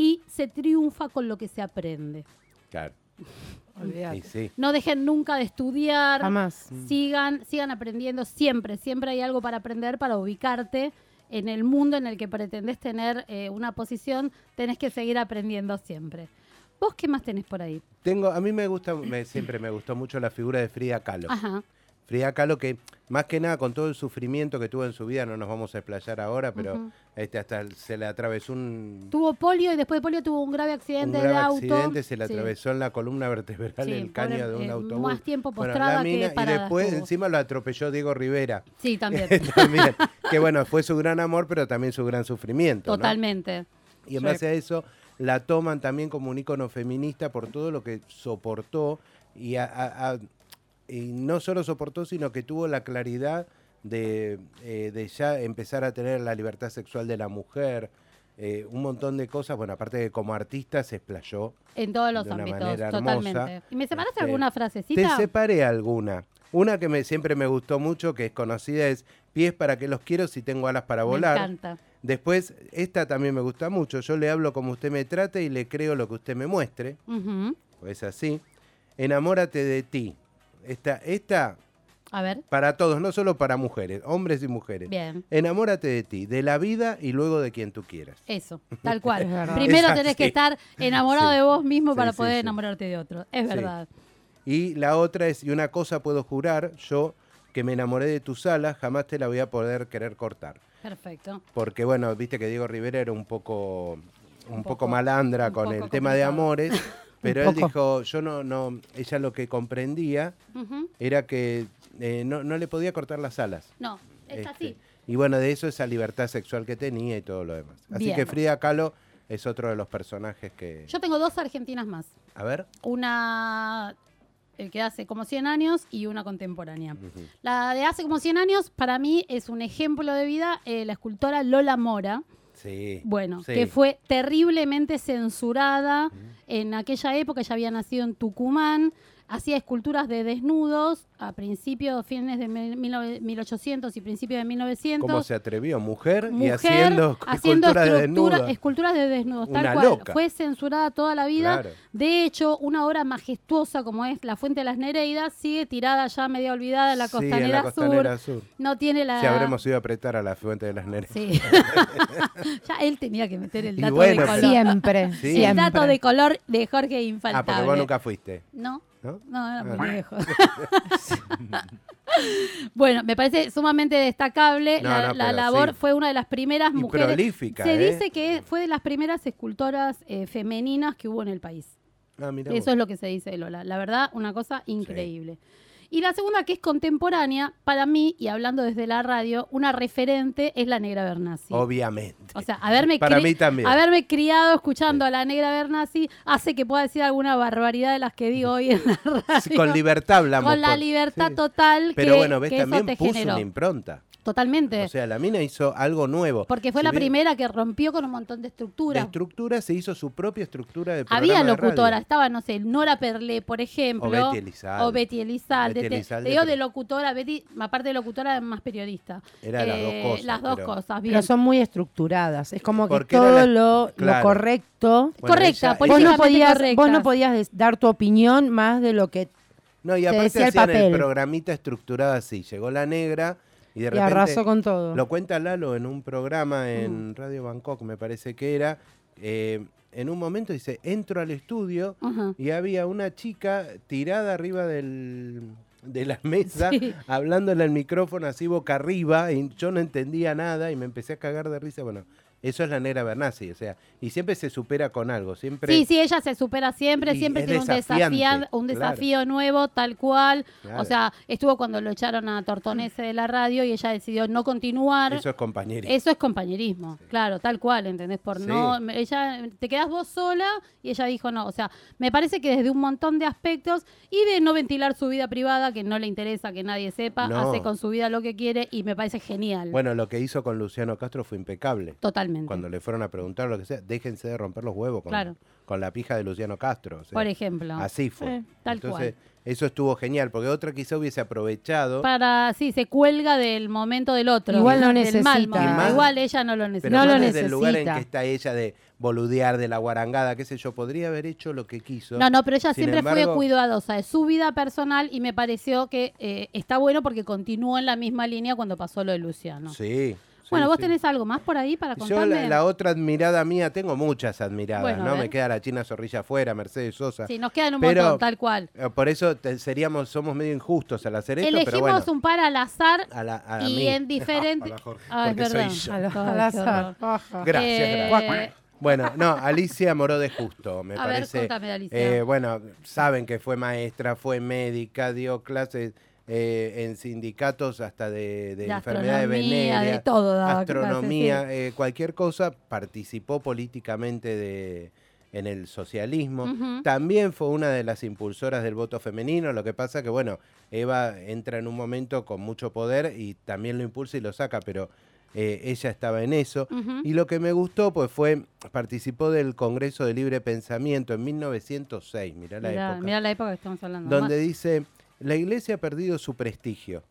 C: Y se triunfa con lo que se aprende.
A: Claro, y
D: Olvidate.
A: sí.
C: No dejen nunca de estudiar.
D: Jamás.
A: Mm.
C: Sigan, sigan aprendiendo siempre. Siempre hay algo para aprender, para ubicarte en el mundo en el que pretendés tener eh, una posición. Tenés que seguir aprendiendo siempre. ¿Vos qué más tenés por ahí?
A: Tengo, a mí me gusta, me- siempre me gustó mucho la figura de Frida Kahlo.
C: Ajá.
A: Frida Kahlo que más que nada con todo el sufrimiento que tuvo en su vida, no nos vamos a explayar ahora, pero
C: Ujú.
A: este hasta se le atravesó un,
C: Tuvo polio y después de polio tuvo un grave
A: un
C: accidente
A: grave
C: de auto.
A: accidente, se le
C: Sí.
A: atravesó en la columna vertebral
C: Sí,
A: el caño
C: pobre,
A: de un
C: eh,
A: autobús.
C: más tiempo
A: Bueno,
C: postrada
A: la
C: que
A: mina, y
C: parada
A: después
C: estuvo.
A: encima lo atropelló Diego Rivera. <laughs>
C: Sí, también.
A: También, que bueno, fue su gran amor, pero también su gran sufrimiento. ¿no?
C: Totalmente.
A: Y en base a eso la toman también como un ícono feminista por todo lo que soportó y, a- a- a- y no solo soportó, sino que tuvo la claridad de, eh, de ya empezar a tener la libertad sexual de la mujer, eh, un montón de cosas. Bueno, aparte que como artista se explayó.
C: En todos los
A: de una
C: ámbitos,
A: manera hermosa.
C: totalmente. ¿Y me separaste
A: Este,
C: alguna
A: Te
C: frasecita?
A: separé alguna. Una que me, siempre me gustó mucho, que es conocida, es pies para que los quiero si tengo alas para volar.
C: Me encanta.
A: Después, esta también me gusta mucho. Yo le hablo como usted me trate y le creo lo que usted me muestre.
C: Ujú.
A: Es así. Enamórate de ti. Esta, esta
C: A ver,
A: para todos, no solo para mujeres, hombres y mujeres.
C: bien.
A: Enamórate de ti, de la vida y luego de quien tú quieras. <laughs>
C: Eso, tal cual.
D: Es verdad.
C: Primero
A: Es
C: tenés que
A: así.
C: estar enamorado
A: Sí.
C: de vos mismo
A: Sí,
C: para
A: sí,
C: poder
A: sí.
C: enamorarte de otro. Es
A: Sí.
C: verdad.
A: Y la otra es, y una cosa puedo jurar, yo que me enamoré de tus alas, jamás te la voy a poder querer cortar.
C: Perfecto.
A: Porque bueno, viste que Diego Rivera era un poco, un poco,
C: poco-
A: malandra
C: un
A: con
C: poco
A: el tema de
C: complicado. <laughs>
A: amores, pero él
D: poco.
A: dijo, yo no, no, ella lo que comprendía
C: Ujú.
A: era que eh, no, no le podía cortar las alas.
C: No, es
A: Este,
C: así.
A: Y bueno, de eso esa libertad sexual que tenía y todo lo demás. Así
C: Bien.
A: que Frida Kahlo es otro de los personajes que...
C: Yo tengo dos argentinas más.
A: A ver.
C: Una el que hace como 100 años y una contemporánea.
A: Ujú.
C: La de hace como 100 años, para mí, es un ejemplo de vida eh, la escultora Lola Mora.
A: Sí.
C: Bueno,
A: Sí.
C: que fue terriblemente censurada en aquella época. Ella había nacido en Tucumán, hacía esculturas de desnudos a principios, fines de mil- mil nove- 1800 y principios de 1900.
A: ¿Cómo se atrevió? Mujer, y
C: Mujer
A: haciendo, escultura de
C: estructura-
A: desnudo.
C: esculturas de desnudos,
A: Una
C: tal cual.
A: loca.
C: Fue censurada toda la vida.
A: Claro.
C: De hecho, una obra majestuosa como es La Fuente de las Nereidas sigue tirada ya media olvidada en la
A: Sí, en
C: Costanera,
A: la Costanera
C: Sur.
A: Sur.
C: No tiene la...
A: Si habremos ido a apretar a la fuente de las Ah, nereas. <laughs>
C: Sí. <laughs> ya él tenía que meter el
A: Y
C: dato
A: bueno,
C: de
A: pero-
C: color.
D: Siempre,
A: Sí.
C: El
D: siempre.
C: dato de color de Jorge
A: Ah,
C: Infaltable.
A: porque vos nunca fuiste,
C: No,
A: ¿no?
C: no, era muy
A: Ah.
C: lejos. <laughs> bueno, me parece sumamente destacable.
A: No,
C: la
A: no,
C: la
A: pero
C: labor
A: sí.
C: fue una de las primeras
A: Y
C: mujeres.
A: prolífica,
C: se
A: ¿eh?
C: dice que fue de las primeras escultoras eh, femeninas que hubo en el país.
A: Ah, mira
C: Eso es lo que se dice de Lola. La verdad, una cosa increíble. Y la segunda, que es contemporánea, para mí, y hablando desde la radio, una referente es la Negra Bernasi.
A: <laughs> Obviamente.
C: O sea, haberme,
A: Para
C: cri-
A: mí también.
C: haberme criado escuchando a la negra Bernasi hace que pueda decir alguna barbaridad de las que digo hoy en la
A: Sí,
C: radio.
A: Con libertad hablamos.
C: Con la
A: por-
C: libertad
A: sí.
C: total
A: Pero
C: que,
A: bueno, ves,
C: que eso
A: también
C: te
A: puso
C: generó.
A: una impronta.
C: Totalmente.
A: O sea, la mina hizo algo nuevo.
C: porque fue
A: Si
C: la
A: bien-
C: primera que rompió con un montón de
A: La
C: estructuras.
A: estructura se hizo su propia estructura de programa
C: Había
A: de
C: locutoras,
A: radio.
C: estaba, no sé, Nora Perlé, por ejemplo.
A: O Betty Elizalde.
C: O Betty Elizalde.
A: Betty
C: Te-
A: Elizalde,
C: te digo
A: pero-
C: de locutora, Betty, aparte de locutora, más periodista. Eh,
A: Era las dos cosas,
C: Las dos
A: pero-
C: cosas, bien.
D: Pero son muy estructuradas. Es como que
A: Porque era
D: todo
A: la-
D: lo, lo
A: claro.
D: correcto.
A: Bueno,
C: Correcta,
A: ella-
D: Vos no,
C: políticamente
D: podías,
C: correcta.
D: vos no podías des- dar tu opinión más de lo que
A: No, y
D: Te
A: aparte
D: decía el
A: hacían el,
D: papel.
A: programita estructurado así. Llegó la negra y de
D: te
A: repente.
D: arrasó con todo.
A: Lo cuenta Lalo en un programa en Radio Bangkok, me parece que era. eh, en un momento dice: Entro al estudio
C: Ajá.
A: y había una chica tirada arriba del, de la mesa,
C: Sí.
A: hablándole al micrófono así boca arriba, y yo no entendía nada y me empecé a cagar de risa. Bueno, eso es la negra Bernasi, o sea, y siempre se supera con algo, siempre.
C: Sí, sí, ella se supera siempre,
A: Y
C: siempre
A: es
C: tiene un,
A: desafiante,
C: desafía- un
A: claro.
C: desafío nuevo, tal cual.
A: Claro. Ah.
C: O sea, estuvo cuando lo echaron a Tortonese de la radio y ella decidió no continuar.
A: Eso
C: Eso,
A: es compañerismo.
C: es compañerismo, claro, tal cual, ¿entendés? Por
A: Sí.
C: no, me- ella, te quedás vos sola y ella dijo no. O sea, me parece que desde un montón de aspectos y de no ventilar su vida privada, que no le interesa que nadie sepa,
A: No.
C: hace con su vida lo que quiere y me parece genial.
A: Bueno, lo que hizo con Luciano Castro fue impecable.
C: Totalmente.
A: Cuando le fueron a preguntar lo que sea, déjense de romper los huevos con,
C: Claro.
A: con la pija de Luciano Castro. o sea,
C: Por ejemplo.
A: Así fue.
D: Eh,
C: tal
A: Entonces, eso estuvo genial, porque otra quizá hubiese aprovechado.
C: para sí se cuelga del momento del otro
D: Igual no
C: del mal
D: necesita.
C: momento.
A: Y más-
C: igual ella no lo
A: Pero
C: necesita
D: No
A: más
D: lo
A: desde el lugar en
D: necesita.
A: que está ella de boludear, de la guarangada, qué sé yo, podría haber hecho lo que quiso.
C: no no pero ella
A: Sin
C: siempre fue
A: embargo-
C: cuidadosa de su vida personal y me pareció que eh, está bueno porque continuó en la misma línea cuando pasó lo de Luciano
A: Sí.
C: bueno
A: sí,
C: vos
A: sí.
C: tenés algo más por ahí para
A: Yo
C: contarme
A: la, la otra admirada mía, tengo muchas admiradas,
C: Bueno, a
A: ¿no?
C: ver.
A: Me queda la China Zorrilla afuera, Mercedes Sosa.
C: sí nos quedan un
A: Pero-
C: montón tal cual
A: Eh, Por eso te- seríamos, somos medio injustos al hacer esto,
C: elegimos
A: pero bueno.
C: un par al azar
A: A la- a mí.
C: y
A: <laughs>
C: en diferente
F: Hola, Jorge.
C: Ay,
I: Porque soy
C: perdón.
I: yo.
D: A
C: Ay,
D: lo- <laughs> al
C: qué
D: azar.
C: horror.
D: Ajá.
A: Gracias,
C: Eh,
A: gracias. Bueno, no, Alicia Moró de Justo, me
C: <laughs> A ver,
A: parece.
C: contame, Alicia.
A: eh, bueno, saben que fue maestra, fue médica, dio clases eh, en sindicatos hasta de, de
C: De
A: enfermedad de
C: astronomía,
A: venerea,
C: de todo daba clases,
A: astronomía, eh, cualquier cosa, participó políticamente de en el socialismo.
C: Ujú.
A: También fue una de las impulsoras del voto femenino, lo que pasa que, bueno, Eva entra en un momento con mucho poder y también lo impulsa y lo saca, pero eh, ella estaba en eso.
C: Ujú.
A: Y lo que me gustó pues fue, participó del Congreso de Libre Pensamiento en 1906, mirá la
C: Mirá,
A: época,
C: mirá la época que estamos hablando
A: donde dice, la iglesia ha perdido su prestigio,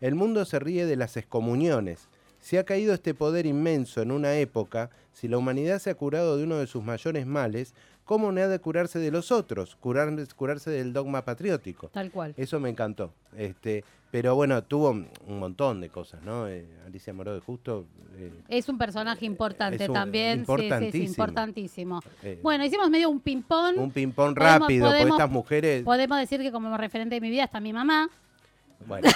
A: el mundo se ríe de las excomuniones, se ha caído este poder inmenso en una época, si la humanidad se ha curado de uno de sus mayores males, ¿cómo no ha de curarse de los otros? Curar- curarse del dogma patriótico.
C: tal cual
A: Eso me encantó. Este, pero bueno, tuvo un un montón de cosas, ¿no? Eh, Alicia Moró de Justo. eh,
C: Es un personaje importante
A: Es un-
C: también. sí, sí, sí,
A: importantísimo.
C: importantísimo.
A: eh,
C: Bueno, hicimos medio un ping-pong.
A: Un ping-pong
C: Podemos-
A: rápido, porque
C: podemos-
A: estas mujeres.
C: Podemos decir que como referente de mi vida está mi mamá.
A: Bueno,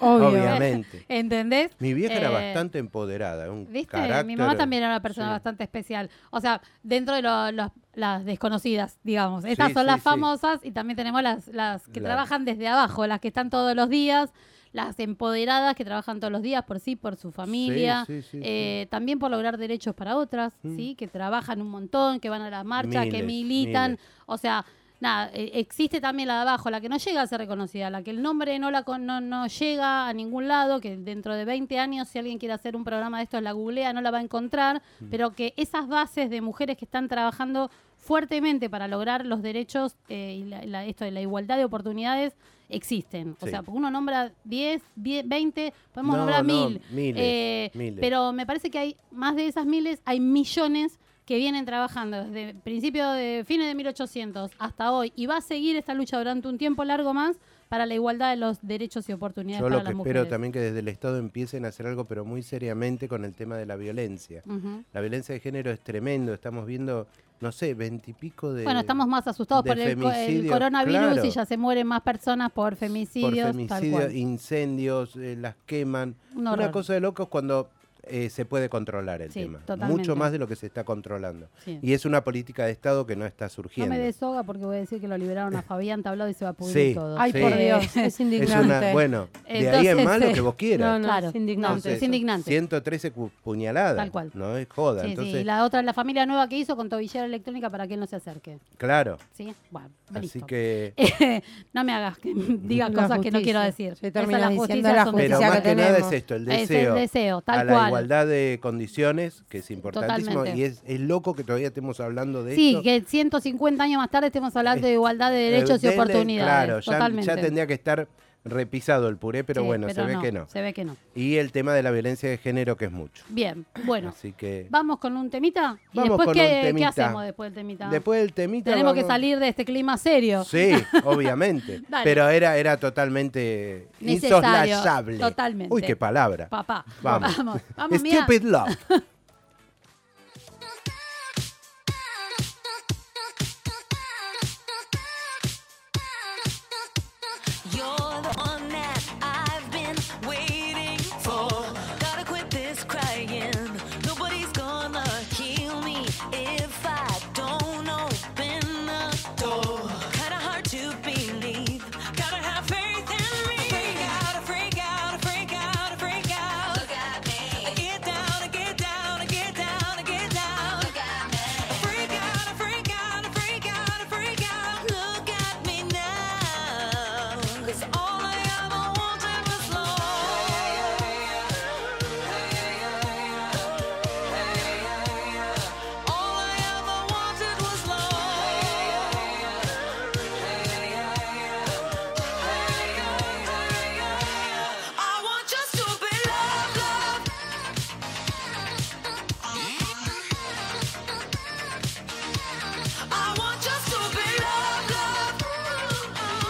D: Obvio.
A: obviamente.
C: ¿Entendés?
A: Mi vieja era
C: Eh,
A: bastante empoderada. Un
C: ¿Viste?
A: carácter-
C: Mi mamá también era una persona
A: sí.
C: bastante especial. O sea, dentro de lo- los- las desconocidas, digamos. Estas
A: Sí,
C: son
A: sí,
C: las
A: sí.
C: famosas y también tenemos las, las que
A: Claro.
C: trabajan desde abajo, las que están todos los días, las empoderadas que trabajan todos los días por sí, por su familia,
A: Sí, sí, sí, sí.
C: eh, también por lograr derechos para otras,
A: Mm.
C: ¿sí? Que trabajan un montón, que van a la marcha, que
A: Miles,
C: militan,
A: miles.
C: o sea, nada, eh, existe también la de abajo, la que no llega a ser reconocida, la que el nombre no la con- no, no llega a ningún lado, que dentro de 20 años si alguien quiere hacer un programa de estos la googlea, no la va a encontrar,
A: Mm.
C: pero que esas bases de mujeres que están trabajando fuertemente para lograr los derechos eh, y la- la- esto de la igualdad de oportunidades existen. O
A: Sí.
C: sea, porque uno nombra 10, 10, 20, podemos
A: No,
C: nombrar
A: no,
C: mil.
A: miles,
C: eh,
A: miles.
C: Pero me parece que hay más de esas miles, hay millones que vienen trabajando desde principios de fines de 1800 hasta hoy y va a seguir esta lucha durante un tiempo largo más para la igualdad de los derechos y oportunidades
A: Yo
C: para
A: lo que
C: las
A: espero
C: mujeres.
A: también que desde el Estado empiecen a hacer algo, pero muy seriamente con el tema de la violencia.
C: Ujú.
A: La violencia de género es tremendo, estamos viendo, no sé, veintipico de...
C: Bueno, estamos más asustados
A: de
C: por el, co- el
A: femicidio,
C: coronavirus
A: claro.
C: y ya se mueren más personas por
A: por
C: femicidios. tal
A: femicidio,
C: cual.
A: incendios, eh, las queman.
C: Un horror.
A: Una cosa de locos cuando eh, se puede controlar el
C: Sí,
A: tema.
C: totalmente.
A: Mucho más de lo que se está controlando.
C: Sí.
A: Y es una política de Estado que no está
C: No
A: surgiendo.
C: me deshoga porque voy a decir que lo liberaron
A: <laughs>
C: a Fabián Tablado y se va a pudrir
A: Sí.
C: todo.
D: Ay,
A: Sí.
D: por Dios, es
A: es
D: indignante.
A: una, bueno, de ahí es
D: Entonces,
A: más lo
D: eh,
C: <laughs>
A: que vos quieras.
D: No, no,
C: Claro.
D: es indignante.
C: No, es indignante.
A: 113 cu- puñaladas.
C: Tal cual.
A: No es joda.
C: Sí, sí,
A: Entonces,
C: Y la otra, la familia nueva que hizo con tobillera electrónica para que él no se acerque.
A: claro.
C: ¿Sí? Bueno,
A: Así
C: listo.
A: que.
C: <laughs> no me
A: <laughs>
C: hagas que digas
D: La
C: cosas que no
D: justicia.
C: quiero decir.
D: Se
C: Esa
D: termina
C: es la
D: diciendo
C: justicia,
D: la
C: son
D: justicia
A: Pero
C: decisiones.
A: más
D: que
A: que, nada
D: tenemos.
A: es esto, el
C: Es
A: deseo.
C: el deseo, tal
A: a la
C: cual.
A: igualdad de condiciones, que es importantísimo.
C: Totalmente.
A: Y es, es loco que todavía estemos hablando de
C: Sí,
A: esto.
C: que 150 años más tarde estemos hablando de
A: Eh,
C: igualdad de derechos y
A: Denle-
C: oportunidades.
A: Claro, ya,
C: Totalmente.
A: ya tendría que estar repisado el puré, pero
C: Sí,
A: bueno, se ve que no.
C: Se ve que no.
A: Y el tema de la violencia de género, que es mucho.
C: Bien, bueno.
A: Así que.
C: Vamos con un temita y
A: Vamos
C: después
A: con
C: ¿qué,
A: un
C: qué
A: temita.
C: hacemos después del temita.
A: Después del temita.
C: Tenemos que
A: vamos-
C: salir de este clima serio. <laughs>
A: Sí, obviamente.
C: Dale.
A: pero era, era totalmente
C: Necesario,
A: insoslayable.
C: totalmente.
A: Uy, qué palabra.
C: Papá.
A: Vamos.
C: Vamos, vamos, mirá.
A: Stupid
C: <laughs>
A: love.
G: You're the one that I've been waiting for. Gotta quit this crying. Nobody's gonna heal me if I don't open the door. Kinda hard to believe. Gotta have faith in me. Freak out, freak out, freak out, freak out. Look at me. Get down, get down, get down, get down. Look at me. Freak out, freak out, freak out, freak out. Look at me now. 'Cause all I ever wanted was love. All I ever wanted was love. I want your stupid love, love. I want your stupid love, love.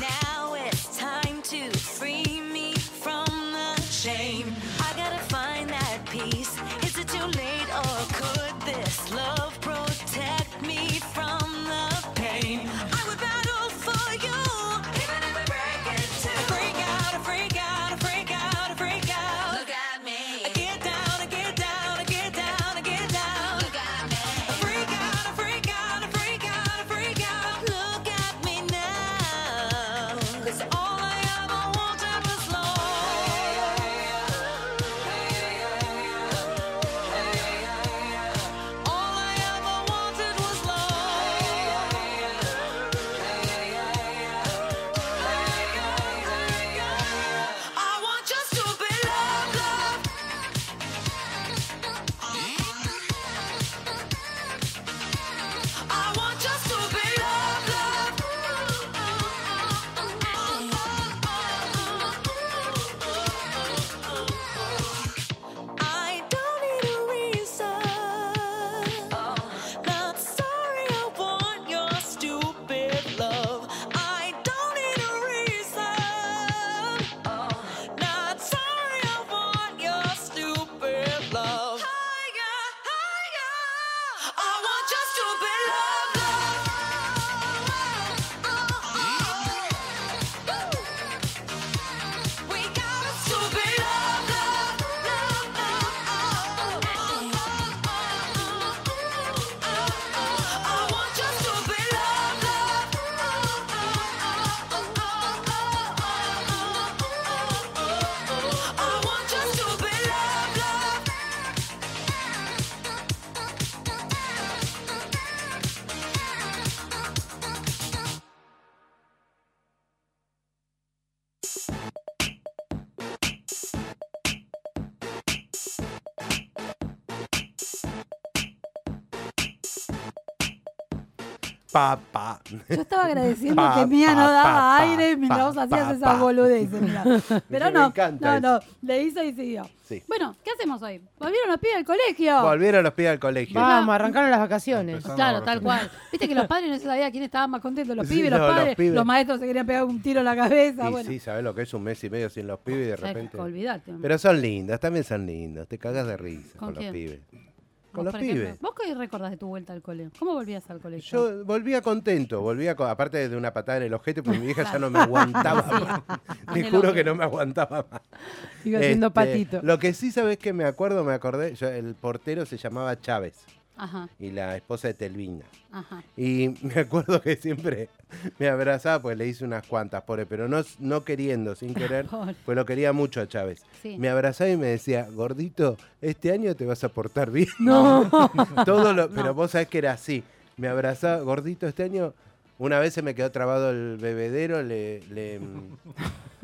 G: Now it's time to free me from the shame. I gotta find that peace. Is it too late or could this love protect me from the pain? I would battle for you, even if we break it too. Freak out, freak out, freak out, freak out. Look at me. Get down, get down, get down, get down. Look at me. Freak out, freak out, freak out, freak out. Look at me now. 'Cause all I ever wanted was love. All I ever wanted was love. I want your stupid love, love. I want your stupid love, love. I don't need a reason. Not sorry, I want your stupid love. I don't need a reason. Not sorry, I want your stupid love. Higher, higher. I want your stupid love, love. We got a stupid love, love, love, love. I want your stupid love,
A: Papá.
J: Yo estaba agradeciendo
A: Pa,
J: que Mía
A: pa,
J: no daba
A: pa,
J: aire
A: pa,
J: mientras
A: pa,
J: vos hacías
A: pa,
J: esas
A: pa.
J: boludeces,
C: <laughs>
J: mirá. Pero
A: me
J: no,
A: encanta
J: no, no, le hizo y siguió.
A: Sí.
C: Bueno, ¿qué hacemos hoy? ¿Volvieron los pibes al colegio?
A: Volvieron los pies al colegio.
D: Vamos, arrancaron las vacaciones.
F: Empezamos
C: Claro,
F: ahora,
C: tal
F: sí.
C: cual. Viste que los padres no se sabía quién estaba más contento, los
A: Sí,
C: pibes,
A: no,
C: los
A: los
C: padres,
A: pibes.
C: los maestros se querían pegar un tiro en la cabeza.
A: y
C: bueno,
A: sí, ¿sabes lo que es un mes y medio sin los pibes y de repente?
C: olvidate.
A: Pero son lindos, también son lindos. Te cagas de risa con,
C: ¿Con quién?
A: los pibes.
C: Vos,
A: Con los
C: por ejemplo,
A: pibes.
C: ¿Vos qué recordás de tu vuelta al colegio? ¿Cómo volvías al colegio?
A: Yo volvía contento, volvía con- aparte de una patada en el ojete, porque mi vieja
C: <laughs>
A: ya no me aguantaba. más.
C: En
A: Te
C: el
A: juro
C: ojo.
A: que no me aguantaba más.
D: Iba haciendo
A: Este,
D: patito.
A: Lo que sí sabes que me acuerdo, me acordé, yo- el portero se llamaba Chávez
C: Ajá,
A: y la esposa de Telvina.
C: ajá.
A: Y <laughs> me acuerdo que siempre me abrazaba, pues le hice unas cuantas, pobre, pero no, no queriendo, sin querer,
D: <laughs>
C: Pobre.
A: pues lo quería mucho a Chávez.
C: Sí.
A: Me abrazaba y me decía, gordito, este año te vas a portar bien.
D: No.
A: <laughs> Todo lo,
C: No.
A: Pero vos sabés que era así. Me abrazaba, gordito, este año, una vez se me quedó trabado el bebedero, le,
C: <laughs>
A: le,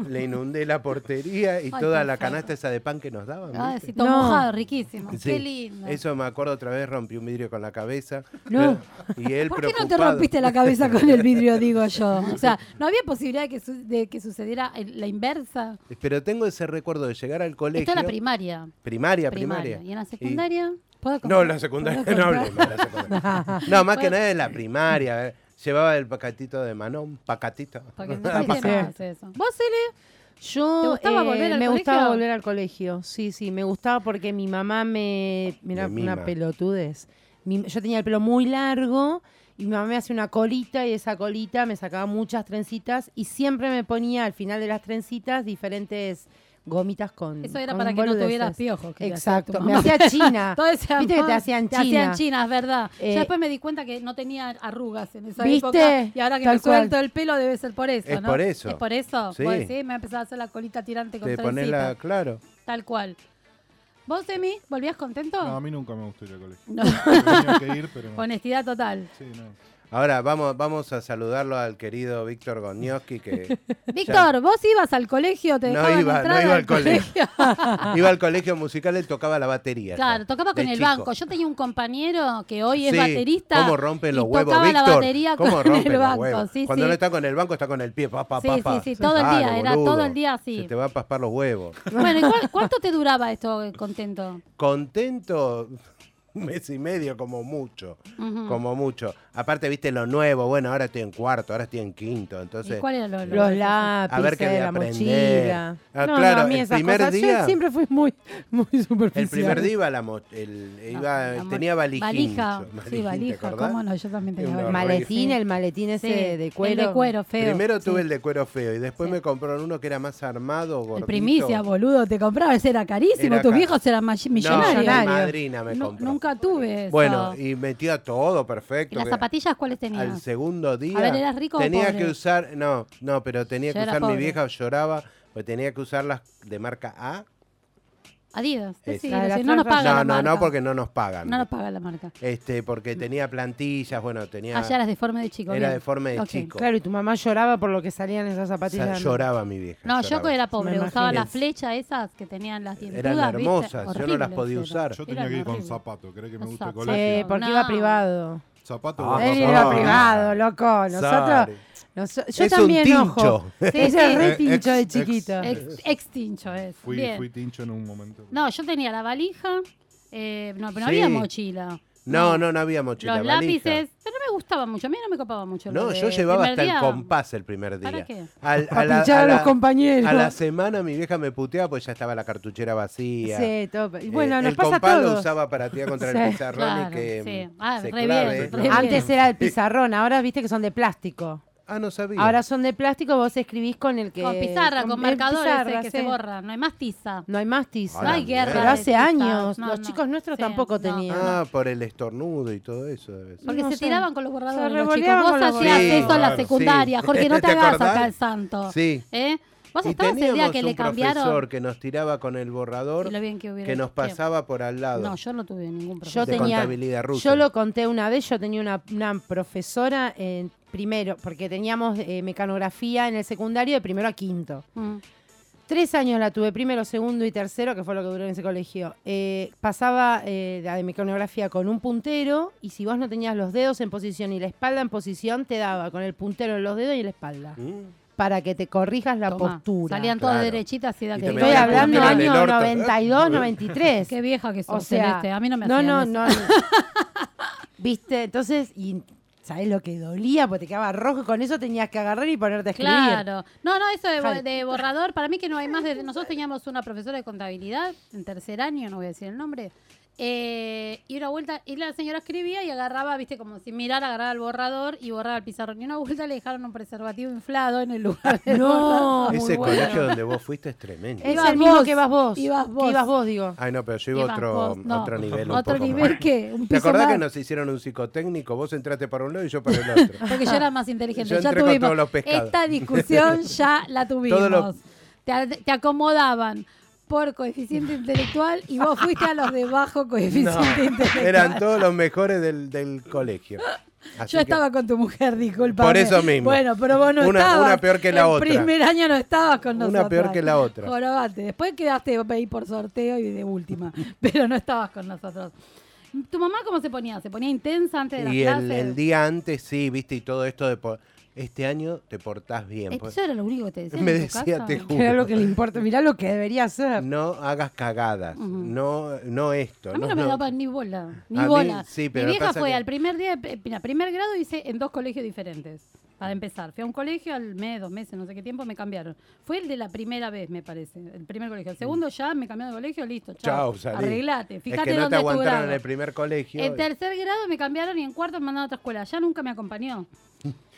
A: le inundé la portería y
C: Ay,
A: toda
C: qué
A: la
C: feo.
A: canasta esa de pan que nos daban.
C: Ah,
A: ¿viste?
C: sí, todo
D: No.
C: mojado, riquísimo.
A: Sí.
C: Qué lindo.
A: Eso me acuerdo otra vez, rompí un vidrio con la cabeza.
D: No.
A: Y él
J: ¿Por qué no te
A: preocupado.
J: rompiste la cabeza con el vidrio, digo
A: <laughs>
J: yo?
C: O sea, ¿no había posibilidad de que, su- de que sucediera el- la inversa?
A: Pero tengo ese recuerdo de llegar al colegio.
C: Esto era primaria.
A: primaria,
C: Primaria.
A: primaria.
C: ¿Y en la secundaria? ¿Puedo
A: No,
C: contar?
A: la
C: <laughs>
A: secundaria
C: ¿Puedo
A: no
C: contar?
A: hablemos. de la secundaria. no, más que nada en la primaria. eh. Llevaba el pacatito de Manón, pacatito.
C: Porque
A: <laughs>
C: no existe
D: Pasé.
C: más eso. ¿Vos, Cele?
D: Yo eh,
C: ¿Te gustaba volver al
D: me
C: colegio?
D: gustaba volver al colegio. Sí, sí, me gustaba porque mi mamá me mira
A: Me
D: una
A: mima.
D: pelotudez. Mi- yo tenía el pelo muy largo y mi mamá me hacía una colita y esa colita me sacaba muchas trencitas y siempre me ponía al final de las trencitas diferentes gomitas con
C: Eso era
D: con
C: para que no
D: boludeces.
C: tuvieras piojos. que te hacía tu
D: Exacto, me
C: mamá.
D: hacía china.
C: <laughs> Todo ese
D: Viste que
C: amor,
D: te hacían china.
C: Te hacían china, es verdad.
D: Eh,
C: Yo después me di cuenta que no tenía arrugas en esa
D: ¿Viste?
C: época. Y ahora que
D: Tal
C: me suelto
D: cual.
C: el pelo debe ser por eso,
A: Es
C: ¿no?
A: por eso.
C: Es por eso.
A: Sí.
C: Vos decís, me empezaba a hacer la colita tirante con
A: Te pones
C: trencita.
A: la. Claro.
C: Tal cual. ¿Vos, Emi, volvías contento?
F: No, a mí nunca me gustó ir al colegio.
C: <laughs> No.
F: Tenía que ir, pero no.
C: Honestidad total.
F: Sí, no.
A: Ahora vamos, vamos a saludarlo al querido Víctor Gonioski
C: <laughs>
A: que
C: Víctor, vos ibas al colegio, te
A: No
C: dejaban
A: iba, no
C: entrar
A: iba al <laughs> colegio. iba al colegio musical y tocaba la batería.
C: Claro, tocaba con
A: de
C: el
A: chico.
C: banco. Yo tenía un compañero que hoy es
A: Sí,
C: baterista.
A: ¿Cómo rompe los
C: y
A: huevos,
C: tocaba
A: Víctor?
C: la batería
A: ¿Cómo
C: con
A: rompe
C: el
A: los
C: banco.
A: huevos?
C: Sí,
A: Cuando
C: sí.
A: no está con el banco, está con el pie, pa, pa,
C: Sí,
A: pa,
C: sí,
A: pa.
C: sí, todo el
A: Claro,
C: día, era
A: boludo.
C: todo el día así.
A: Se te va a paspar los huevos.
C: Bueno, ¿y cuál- cuánto te duraba esto eh, contento?
A: Contento, <laughs> un mes y medio como mucho,
C: Ujú.
A: como mucho. Aparte, viste lo nuevo, bueno, ahora estoy en cuarto, ahora estoy en quinto,
C: ¿Y
A: entonces...
C: cuál era lo, lo-
D: Los
C: eso?
D: lápices,
A: A ver qué voy a
D: la
A: aprender.
D: mochila.
A: Ah, claro, el
D: esas
A: primer
D: cosas-
A: día-
D: Yo siempre fui muy, muy superficial.
A: El primer día iba la mo- el- iba-
C: Ah,
A: eh,
C: la mo-
A: tenía valijín.
C: Valija,
A: yo, <laughs>
C: sí,
A: valijín, ¿te
C: valija,
A: acordás?
C: cómo no, yo también tenía
A: Una
D: El
C: valija.
A: horror.
D: maletín, el maletín
C: Sí,
D: ese de cuero.
C: El de cuero, feo.
A: Primero tuve
C: Sí.
A: el de cuero feo y después
C: Sí.
A: me compraron uno que era más armado, gordito.
J: El primicia, boludo, te comprabas, era carísimo,
A: Era
J: tus
A: ca-
J: viejos eran ma-
A: No, mi
J: millonarios.
A: madrina me
J: Nu-
A: compró.
J: nunca tuve eso.
A: Bueno, y metía todo perfecto.
C: ¿Y las
A: que
C: zapatillas cuáles
A: Al
C: tenías?
A: segundo día
C: A ver, ¿eras rico o
A: tenía
C: pobre?
A: que usar, no, no, pero tenía
C: Yo
A: que
C: era
A: usar, mi
C: pobre.
A: vieja lloraba, porque tenía que usar las de marca A.
C: Adidas.
A: Esa.
C: Sí,
D: La de la
C: no nos paga
D: franja.
A: No,
C: la
A: no,
C: marca.
A: no, porque no nos pagan.
C: No nos paga la marca.
A: Este, porque tenía plantillas, bueno, tenía
C: Allá eras deforme de chico.
A: era
C: bien.
A: deforme de
C: Ok.
A: chico.
D: Claro, y tu mamá lloraba por lo que salían esas
A: O sea,
D: zapatillas. ¿no?
A: lloraba mi vieja.
C: No,
A: lloraba.
C: yo era pobre,
D: Me
C: usaba
A: imagino.
C: las flechas esas que tenían las dientudas.
A: Eran
C: ¿viste?
A: hermosas, yo no las
C: Horribles
A: podía
C: eran.
A: usar.
F: Yo tenía
C: Eran
F: que ir con
C: horribles.
F: zapatos. ¿Crees que me
C: Los
F: gusta el
C: zapatos.
D: Sí,
F: colegio?
D: porque
C: No.
D: iba privado.
F: Zapatos.
A: Ah,
F: guarda,
D: Él iba
F: zapatos.
D: privado, loco.
A: Sorry.
D: Nosotros. noso- yo
A: Es un
D: también, ojo.
A: tincho.
D: Sí, Ese es
F: sí.
D: re
F: Eh,
D: tincho de
F: ex- ex-
D: chiquito.
C: Ex- Extincho es.
F: Fui,
C: Bien.
F: fui tincho en un momento.
C: No, yo tenía la valija. eh, no, pero no
A: Sí.
C: había mochila.
A: No, no, no había mochila.
C: mm, Los
A: valija.
C: lápices. Pero no me gustaba mucho. A mí no me copaba mucho. lo
A: No,
C: de
A: yo llevaba
C: primer
A: hasta
C: día.
A: el compás el primer día.
C: ¿Para qué?
A: Al- a,
D: Para
A: la,
D: pinchar
A: a
D: a los
A: la-
D: compañeros.
A: a la semana mi vieja me puteaba porque ya estaba la cartuchera vacía.
D: Sí, todo. Y
A: Eh,
D: bueno, nos
A: el
D: pasa
A: compás
D: todo.
A: lo usaba para tirar contra
D: Sí.
A: el pizarrón
C: Claro,
A: y que
C: sí.
A: mm,
C: Ah,
A: se
C: re
A: clave.
C: bien,
A: ¿no?
C: re bien.
D: Antes era el pizarrón, ahora viste que son de plástico.
A: Ah, no sabía.
D: Ahora son de plástico, vos escribís con el que.
C: Con pizarra, con,
D: el
C: marcadores
D: pizarra,
C: eh, que
D: sí.
C: se borra. No hay más tiza.
D: No hay más tiza.
A: No hay guerra
D: Pero
A: de
D: hace
C: tiza.
D: años.
C: No,
D: los
C: no.
D: chicos nuestros
C: Sí,
D: tampoco
C: no.
D: tenían.
A: ah, por el estornudo y todo eso. debe ser.
C: Porque
D: No
C: se
D: sé.
C: tiraban con los
D: Se
C: borradores. los chicos.
D: revoleaban
C: Vos
D: con los
C: hacías
A: borradores.
C: eso en la
F: Claro,
C: secundaria.
A: sí.
C: Jorge, no te
A: ¿Te
C: hagas
A: acordás?
C: acá el santo.
A: Sí.
C: ¿Eh? Vos
A: Y
C: estabas el día
A: teníamos
C: que le
A: un profesor
C: cambiaron.
A: que nos tiraba con el borrador
C: Y lo bien que hubiera
A: nos
C: hecho.
A: pasaba por al lado.
C: No, yo no tuve ningún
D: Yo
C: profesor.
A: de
D: tenía-
A: contabilidad rusa.
D: Yo lo conté una vez, yo tenía una, una profesora en primero, porque teníamos eh, mecanografía en el secundario de primero a quinto.
C: Mm.
D: Tres años la tuve, primero, segundo y tercero, que fue lo que duró en ese colegio. Eh, pasaba eh, la de mecanografía con un puntero y si vos no tenías los dedos en posición y la espalda en posición, te daba con el puntero en los dedos y en la espalda.
C: Mm.
A: ¿Mm?
D: Para que te corrijas la
C: Tomá,
D: postura.
C: salían todas Claro. derechitas y de
D: Te
C: aquel.
D: Estoy
C: metían el
D: hablando
C: puntero en el
D: año
C: orto.
D: 92, 93.
C: Qué vieja que sos,
D: O sea,
C: Celeste, a mí no me
D: No,
C: hacían
D: no,
C: eso.
D: no. <laughs> ¿Viste? Entonces, y ¿sabés lo que dolía? Porque te quedaba rojo y con eso tenías que agarrar y ponerte a escribir.
C: Claro. No, no, eso de, bo-
D: Jale.
C: de borrador, para mí que no hay más. De, nosotros teníamos una profesora de contabilidad en tercer año, no voy a decir el nombre. eh, y una vuelta, y la señora escribía y agarraba, viste, como sin mirar, agarraba el borrador y borraba el pizarrón. Y una vuelta le dejaron un preservativo inflado en el lugar. del borrador.
A: Ese
C: Muy bueno.
A: colegio donde vos fuiste es tremendo.
D: Es
C: Ibas
D: el mismo
C: vos,
D: que vas vos.
C: ibas
D: que
C: vos.
D: ibas vos, digo.
A: Ay, no, pero yo iba a
C: Ibas
A: otro,
C: vos, no.
A: otro nivel. un
C: ¿Otro
A: poco
C: nivel
A: más.
C: qué? ¿Un
A: ¿Te
C: piso
A: acordás
C: más?
A: que nos hicieron un psicotécnico? Vos entraste para un lado y yo para el otro.
C: Porque yo era más inteligente.
A: Yo
C: ya
A: entré con
C: tuvimos-
A: todos los pescados.
C: Esta discusión ya
A: <laughs>
C: la tuvimos.
A: Todos los-
C: Te, te acomodaban por coeficiente intelectual y vos fuiste a los de bajo
A: <laughs>
C: coeficiente intelectual.
A: eran todos los mejores del, del
C: <laughs>
A: colegio. Así
J: Yo
A: que-
J: estaba con tu mujer, disculpa.
A: Por eso mismo.
J: Bueno, pero vos no
A: Una-
J: estabas.
A: una peor que la
J: el
A: otra.
J: primer año no estabas con
A: Una
J: nosotros.
A: peor que la otra.
C: Jorobate. Después quedaste ahí por sorteo y de última. <laughs> Pero no estabas con nosotros. ¿Tu mamá cómo se ponía? ¿Se ponía intensa antes de las
A: Y el,
C: clases?
A: el día antes, sí, viste, y todo esto de... po- Este año te portás bien.
C: Es que
A: pues.
C: eso era lo único que te decían
A: Me
C: en tu
A: decía,
C: casa.
A: te juro.
D: Era lo <laughs> que le importa. Mirá lo que debería hacer.
A: No hagas cagadas. No no esto.
C: A mí no, me daban ni bola, ni
A: A mí,
C: bola.
A: sí, pero lo
C: Mi
A: que
C: vieja
A: pasa
C: fue
A: que-
C: al primer día, de pe- mira, primer grado hice en dos colegios diferentes. Para empezar, fui a un colegio al mes, dos meses, no sé qué tiempo, me cambiaron. Fue el de la primera vez, me parece, el primer colegio. El segundo ya me cambiaron de colegio, listo, chao.
A: Chao, salí.
C: Arreglate,
A: es
C: fíjate
A: que no te
C: dónde es tu
A: aguantaron
C: grado.
A: en el primer colegio.
C: En tercer grado me cambiaron y en cuarto me mandaron a otra escuela. Ya nunca
A: <laughs>
C: me acompañó.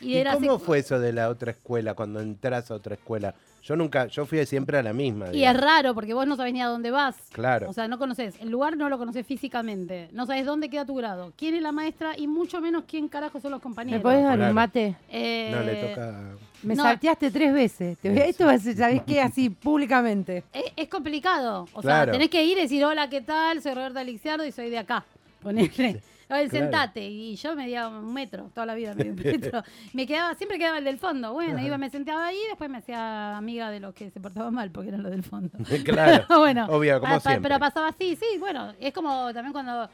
C: Y,
A: ¿Y
C: era
A: cómo
C: secu-
A: fue eso de la otra escuela, cuando entras a otra escuela? Yo nunca, yo fui siempre a la misma.
C: Y es
A: digamos.
C: raro porque vos no sabés ni a dónde vas.
A: Claro.
C: O sea, no conoces. El lugar no lo conoces físicamente. No sabés dónde queda tu grado. ¿Quién es la maestra? Y mucho menos quién carajo son los compañeros.
D: ¿Me podés dar
A: Claro.
D: un mate?
C: Eh, <laughs>
A: No, le toca... <laughs>
D: Me
C: No.
D: salteaste tres veces. Te voy a- Esto va a ser, ¿sabés qué? Así, públicamente.
C: Es, es complicado. O sea,
A: Claro.
C: tenés que ir y decir, hola, ¿qué tal? Soy Roberta Lixiardo y soy de acá. <laughs> Ponele. Oye, sentate. Y yo medía un metro, toda la vida medí
A: <laughs>
C: un metro. me quedaba, siempre quedaba el del fondo. Bueno, iba, me sentaba ahí, después me hacía amiga de los que se portaban mal, porque eran los del fondo. <laughs>
A: Claro,
C: Pero bueno,
A: <laughs> obvio, como
C: pa- pa-
A: siempre.
C: Pero pasaba así, sí, bueno, es como también cuando,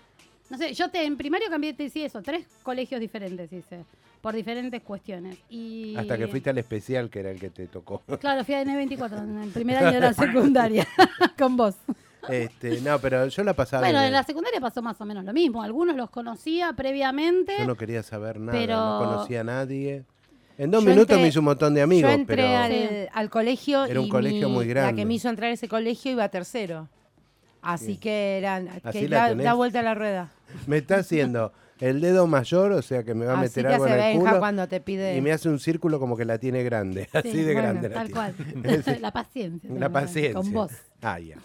C: no sé, yo te, en primario cambié, te hice eso, tres colegios diferentes hice, por diferentes cuestiones. Y
A: Hasta que fuiste al especial, que era el que te tocó. <laughs>
C: Claro, fui a N24, en el primer año de la secundaria, <laughs> con vos.
A: Este, no, pero yo la pasaba
C: Bueno,
A: bien.
C: en la secundaria pasó más o menos lo mismo, algunos los conocía previamente.
A: Yo
D: Eh,
A: no quería saber nada,
C: pero-
A: no conocía a nadie. En dos
D: Yo
A: minutos
D: entré-
A: me hice un montón de amigos,
D: Yo entré
A: pero...
D: al, al colegio
A: Era un
D: y
A: colegio
D: mi-
A: muy
D: la
A: grande.
D: que me hizo entrar a ese colegio iba a tercero. Así
A: Bien.
D: que eran
A: Así
D: que
A: la
D: da,
A: tenés.
D: da vuelta a la rueda.
A: Me está haciendo el dedo mayor, o sea que me va a
D: Así
A: meter
D: que
A: algo
D: hace
A: en el
D: Benja
A: culo.
D: cuando te pide.
A: Y me hace un círculo como que la tiene grande, <laughs> así
C: Sí,
A: de
C: bueno,
A: grande la
C: Tal
A: tiene.
C: cual.
A: Sí.
C: la paciencia.
A: <laughs> La paciencia.
C: Con vos.
A: Ah, ya.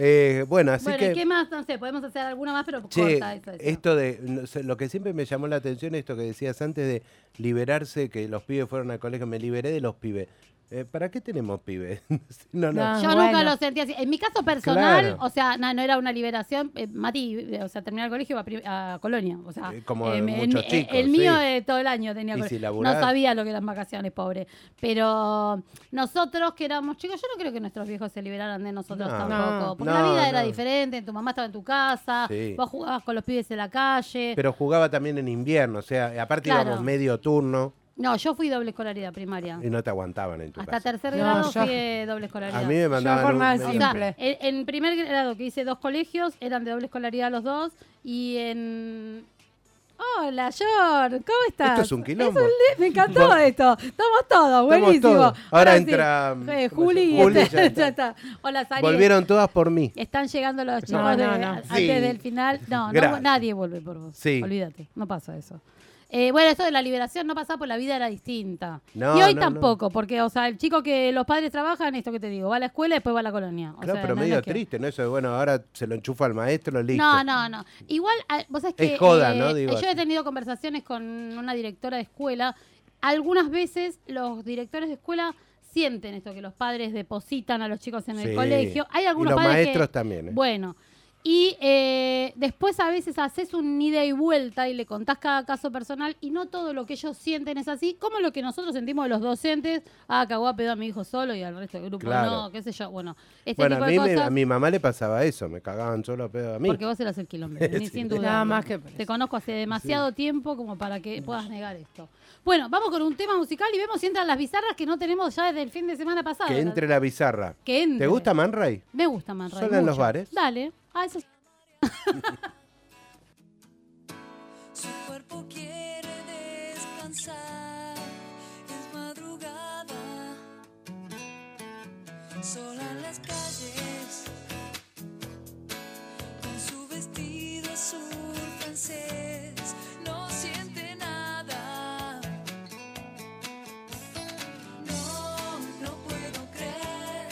A: Eh, bueno, así
C: bueno,
A: que...
C: ¿qué más? No sé, podemos hacer alguna más, pero
A: Che,
C: corta esa. esa.
A: esto de no sé, lo que siempre me llamó la atención esto que decías antes de liberarse que los pibes fueron al colegio, me liberé de los pibes. Eh, ¿Para qué tenemos pibes? <laughs> no, no.
D: No.
C: Yo
D: bueno.
C: nunca lo sentí así. En mi caso personal,
A: Ah, Claro.
C: o sea, na- no, era una liberación. Eh, Mati, eh, o sea, terminé el colegio iba a pri- a, Colonia. O sea,
A: Eh, como
C: em, el,
A: muchos
C: mi-
A: chicos,
C: el mío
A: sí.
C: eh, todo el año tenía
A: Y
C: colegio.
A: si laburás.
C: No sabía lo que eran vacaciones, pobre. Pero nosotros que éramos chicos, yo no creo que nuestros viejos se liberaran de nosotros
A: No.
C: tampoco.
D: No.
C: Porque la vida
A: No,
C: era
A: no.
C: diferente, tu mamá estaba en tu casa,
A: Sí.
C: vos jugabas con los pibes en la calle.
A: Pero jugaba también en invierno, o sea, aparte
C: Claro.
A: íbamos medio turno
C: no, yo fui doble escolaridad primaria.
A: y no te aguantaban en tu
C: Hasta
A: casa.
C: tercer
D: No,
C: grado
D: yo-
C: fui eh, doble escolaridad.
A: A mí me mandaban
D: por
A: un-
D: nada
A: me-
C: O
D: siempre.
C: sea, en, en primer grado que hice dos colegios, eran de doble escolaridad los dos, y en... Hola, George, ¿cómo estás?
A: Esto es un quilombo.
C: Es un li- Me encantó esto. Estamos todos, buenísimo.
A: todos. Ahora
C: sí.
A: entra,
C: Eh,
A: ¿cómo se
C: Juli,
A: llama? Juli,
C: este,
A: ya está.
C: <laughs> ya está. Hola, Sari.
A: Volvieron todas por mí.
C: Están llegando los chicos
D: No, no,
C: de-
D: no.
C: a- antes
A: Sí.
C: del final. No, no,
A: Gracias.
C: nadie vuelve por vos.
A: Sí.
C: Olvídate, no pasa eso. Eh, bueno, eso de la liberación no pasaba por la vida era distinta.
A: No,
C: y hoy
A: no, no.
C: tampoco, porque, o sea, el chico que los padres trabajan, esto que te digo, va a la escuela y después va a la colonia. O
A: Claro,
C: sea,
A: pero
C: no es
A: medio
C: lo que-
A: triste, ¿no? Eso de, bueno, ahora se lo enchufa al maestro, listo.
C: No, no, no. Igual, a- vos sabés que eh,
A: Es joda, ¿no? Digo,
C: yo he
A: así.
C: tenido conversaciones con una directora de escuela. Algunas veces los directores de escuela sienten esto, que los padres depositan a los chicos en el
A: Sí.
C: colegio. Hay
A: Y
C: algunos
A: los
C: padres que-
A: maestros también. ¿eh?
C: Bueno, Y eh, después a veces haces un ida y vuelta y le contás cada caso personal y no todo lo que ellos sienten es así, como lo que nosotros sentimos de los docentes. Ah, cagó a pedo a mi hijo solo y al resto del grupo
A: Claro.
C: no, qué sé yo. Bueno, este
A: bueno,
C: tipo
A: a
C: de
A: mí, me-
C: cosas.
A: a mi mamá le pasaba eso, me cagaban solo a pedo a mí.
C: Porque vos eras el
A: <laughs>
C: kilómetro, ni
A: Sí.
C: sin duda.
D: Nada más que por
C: Te conozco hace demasiado tiempo como para que puedas negar esto. Bueno, vamos con un tema musical y vemos si entran las bizarras que no tenemos ya desde el fin de semana pasado.
A: Que entre la bizarra.
C: Que
A: ¿Te
C: entre.
A: gusta Man Ray?
C: Me gusta Man Ray.
A: ¿Solo en los
C: mucho.
A: bares?
C: Dale. Ah, eso
G: Su cuerpo quiere descansar, es madrugada, sola en las calles, con su vestido azul francés, no siente nada. No, no puedo creer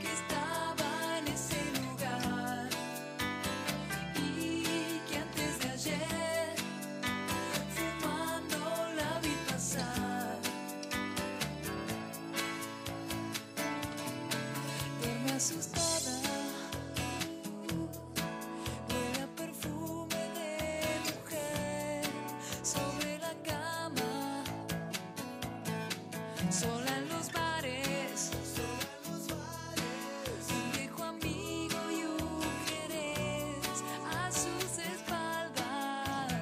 G: que estaba en ese lugar. Y que antes de ayer, fumando la vi pasar. Duerme asustada, huele a perfume de mujer sobre la cama, sola en los bares, un viejo amigo y un jerez a sus espaldas.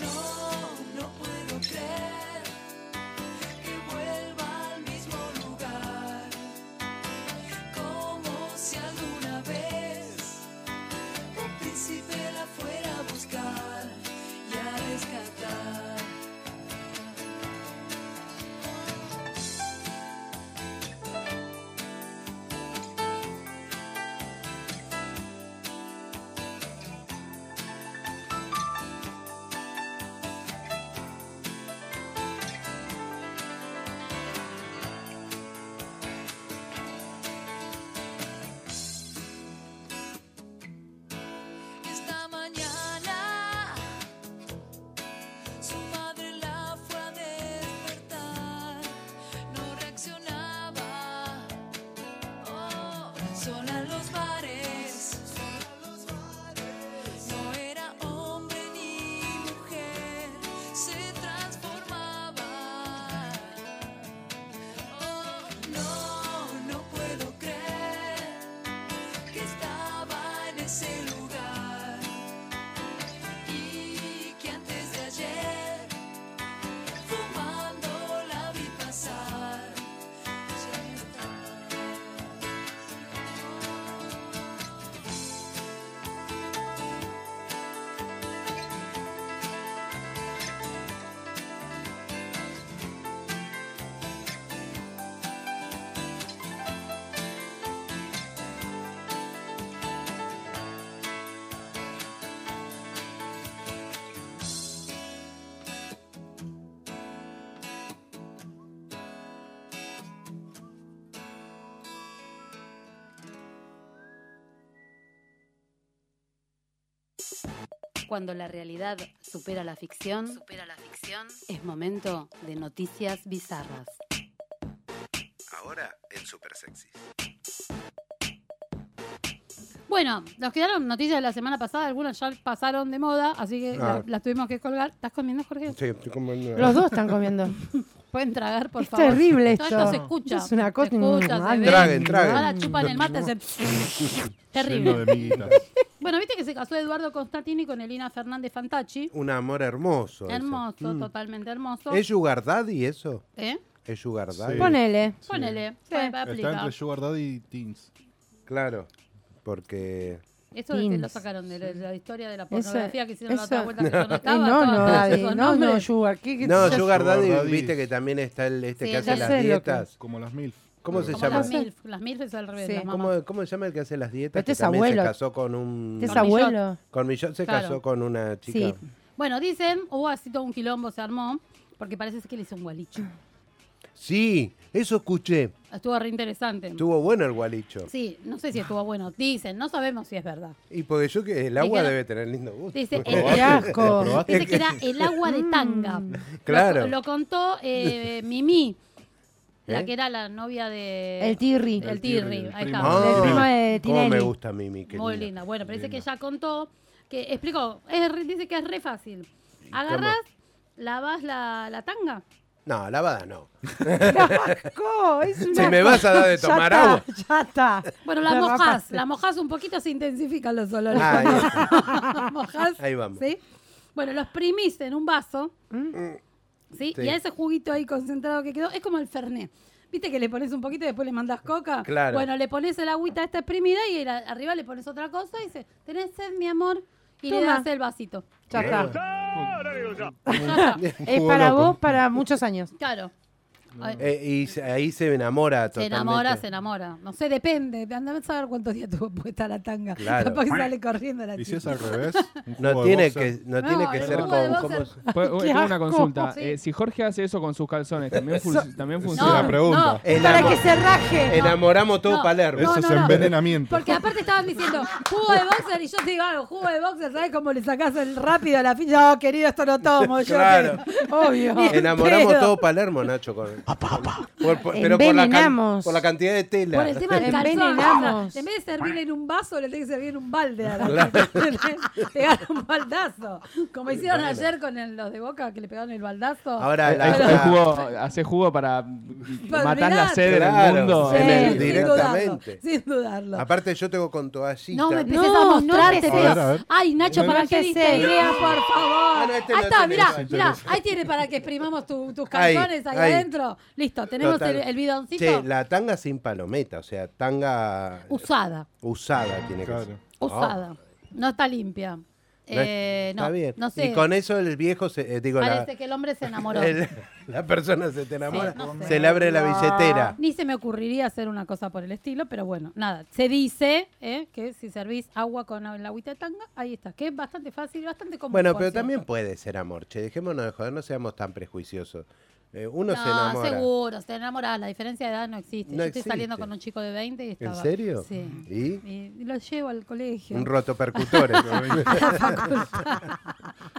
G: No, no puedo creer que vuelva al mismo lugar, como si alguna vez un príncipe la fuera a buscar y a rescatar. Esta mañana su madre la fue a despertar, no reaccionaba. Oh, sola en los bares, no era hombre ni mujer, se transformaba. Oh, no, no puedo creer que estaba en ese lugar y que antes de ayer fumando la vi pasar. Ya estaba.
B: Cuando la realidad supera la ficción, supera la ficción, es momento de noticias bizarras.
A: Ahora en Super Sexy.
C: Bueno, nos quedaron noticias de la semana pasada, algunas ya pasaron de moda, así que la-
A: Ah.
C: las tuvimos que colgar. ¿Estás comiendo, Jorge?
A: Sí, estoy como en-
D: Los dos
A: <laughs>
D: están comiendo.
C: Pueden tragar, por
D: es
C: favor.
D: terrible
C: Todo
D: esto.
C: esto se escucha.
D: Es una cosa.
C: Se escucha, se ve.
A: Traguen, traguen.
C: Ahora chupan el
A: <laughs>
C: mate, se-
F: Lleno
C: Terrible.
F: de miguitas.
C: <laughs> Bueno, viste que se casó Eduardo Constantini con Elina Fernández Fantacci.
A: Un amor hermoso. ese.
C: Hermoso,
A: Mm.
C: totalmente hermoso.
A: ¿Es Sugar Daddy eso?
C: ¿Eh?
A: ¿Es Sugar Daddy?
F: Sí.
D: Ponele.
C: Ponele, puede-
F: Está
C: aplica.
F: entre Sugar Daddy y Teens.
A: Claro, porque...
C: Eso es que
D: Teens.
C: lo sacaron de la, de la historia de la pornografía que hicieron la
D: eso-
C: otra vuelta
A: <laughs>
C: que yo no
D: Eh,
C: estaba.
D: no,
C: todos
D: no,
C: con
D: Daddy,
C: esos
D: no, no,
C: nombres.
D: Sugar. ¿qué- qué-
A: No,
D: ya-
A: Sugar Daddy,
F: Daddy.
A: viste que también está el este
C: Sí,
A: que
C: ya
A: hace las
D: sé lo que-
A: dietas.
F: Como las MILF.
A: ¿Cómo se
C: Como
A: llama?
C: Las MILF, las MILF es al revés.
D: Sí,
C: las mamás.
A: ¿Cómo, cómo se llama el que hace las dietas?
D: Pero este
A: que
D: es
A: también
D: abuelo.
A: se casó con un...
D: ¿Este es
C: Con Millot.
D: abuelo?
A: Con Millón se
C: Claro.
A: casó con una chica.
D: Sí.
C: Bueno, dicen, hubo así todo un quilombo, se armó, porque parece que le hizo un gualicho.
A: Sí, eso escuché.
C: Estuvo re interesante.
A: Estuvo bueno el gualicho.
C: Sí, no sé si estuvo bueno. Dicen, no sabemos si es verdad.
A: Y porque yo que el agua
C: Dijeron-
A: debe tener lindo gusto.
C: Dice,
D: Qué
C: el-
D: asco.
F: ¿Probaste?
A: <laughs>
C: dice que era el agua de tanga.
A: Claro.
C: Lo, lo contó eh, Mimi.
A: ¿Eh?
C: La que era la novia de.
D: El Tirri. <laughs>
C: El Tirri. Ahí está.
D: El primo de
A: Ah, ¿Cómo me
D: Tinelli.
A: gusta Mimi? Qué
C: Muy
A: linda.
C: linda. Bueno, parece que ella contó, que explicó, es re- dice que es re fácil. Agarrás, lavas la, la tanga.
A: No, lavada
C: <laughs>
A: no.
C: ¡Asco! Es
A: Si me vas a dar de tomar agua.
C: Ya está. Bueno, la
J: La
C: mojás.
J: rapaste.
C: La mojás un poquito, se intensifican los olores. <laughs>
A: Ah, ahí
C: mojás.
A: Ahí vamos. Mm.
C: ¿sí? Bueno, lo exprimís en un vaso. ¿sí?
A: Sí.
C: Y a ese juguito ahí concentrado que quedó, es como el Fernet. ¿Viste que le pones un poquito y después le mandás coca?
A: Claro.
C: Bueno, le pones el agüita esta exprimida y la- arriba le pones otra cosa y dice, ¿tenés sed, mi amor? Y le
D: Toma.
C: das el vasito.
D: Ya está.
C: Ya está.
D: Es para vos para muchos años.
C: Claro. Ay,
A: Eh, y se- ahí se enamora
C: Se
A: totalmente.
C: enamora, se enamora. No sé, depende. Andá a saber cuántos días tuvo puesta la tanga.
A: Claro.
C: Capaz que sale corriendo la chica.
F: ¿Y si es al revés? ¿Un jugo
A: No
F: de
A: tiene
F: boxer?
A: que, no
C: No,
A: tiene que
C: el
A: ser
C: jugo
A: con...
C: de
A: ¿cómo
C: boxer.
A: es?
C: <laughs>
H: Pues,
C: Qué
H: tengo una
C: asco.
H: consulta.
C: Sí.
H: Eh, si Jorge hace eso con sus calzones, también, fun- también
F: Esa es
H: funciona.
F: la pregunta.
C: no.
A: Enamo-
J: Para que se raje.
A: Eh, Enamoramos todo
C: No,
A: Palermo.
F: Eso
C: No,
F: es
C: no, no.
F: envenenamiento.
C: Porque aparte estaban diciendo jugo de boxer y yo te digo algo, jugo de boxer, ¿sabes cómo le sacás el rápido a la ficha? No, querido, esto no tomo. Yo
A: Claro.
C: te- Obvio. Ni en
D: <laughs>
A: Enamoramos
C: pedo.
A: todo Palermo, Nacho. Con, Por- por- pero por la, can-
D: Envenenamos.
A: por la cantidad de tela.
C: Por el tema del calzón.
D: Envenenamos.
C: o sea, En vez de servirle en un vaso, le tenés que servir en un balde. a la- <laughs> Le Pegar un baldazo. Como hicieron ayer con el- los de Boca que le pegaron el baldazo.
A: Ahora,
H: Hay-
A: la,
H: hay-
C: <laughs>
H: hay
A: la-
H: jugo- hace jugo para matar la
C: olvidate.
H: sed
A: Claro,
H: del mundo.
A: sí.
H: en el-
A: Sí.
C: sin
A: directamente.
C: dudarlo, Sin dudarlo.
A: aparte yo tengo con toallita.
B: No me
C: Empecés
B: No,
C: a
B: no
C: mostrarte,
B: empecé.
C: pero-
F: A ver, a ver.
C: Ay, Nacho,
F: No
C: ¿para qué
D: empecé.
C: diste idea, por favor?
A: Ah, no, este
C: ahí
A: no
C: está,
A: tiene
C: mirá,
A: eso, este
C: mirá,
A: no.
C: ahí tiene para que exprimamos tu- tus
A: Ahí,
C: calzones ahí,
A: ahí.
C: adentro. Listo, tenemos
A: Total.
C: el, el bidoncito
A: Che, la tanga sin palometa, o sea, tanga
C: usada,
A: Ah. usada tiene que ser.
C: <laughs>
F: Claro.
C: usada. No está limpia.
A: No es-
C: Eh, no,
A: Está bien.
C: no sé,
A: Y con eso el viejo, se, eh, digo, la,
C: parece que el hombre se enamoró.
A: el- la persona se te enamora,
C: Sí, no sé.
A: se le abre la billetera.
C: Ni se me ocurriría hacer una cosa por el estilo, pero bueno, nada. Se dice eh, que si servís agua con la agüita de tanga, ahí está, que es bastante fácil, bastante común.
A: Bueno,
C: por
A: pero
C: cierto.
A: también puede ser amor, che, dejémonos de joder, no seamos tan prejuiciosos. Eh, uno
C: No,
A: se enamora.
C: seguro, se enamorás. La diferencia de edad no existe.
A: No
C: Yo
A: existe.
C: estoy saliendo con un chico de 20 y estaba.
A: ¿En serio?
C: Sí.
A: ¿Y?
C: Y lo llevo al colegio.
A: Un roto
C: <laughs>
A: percutor.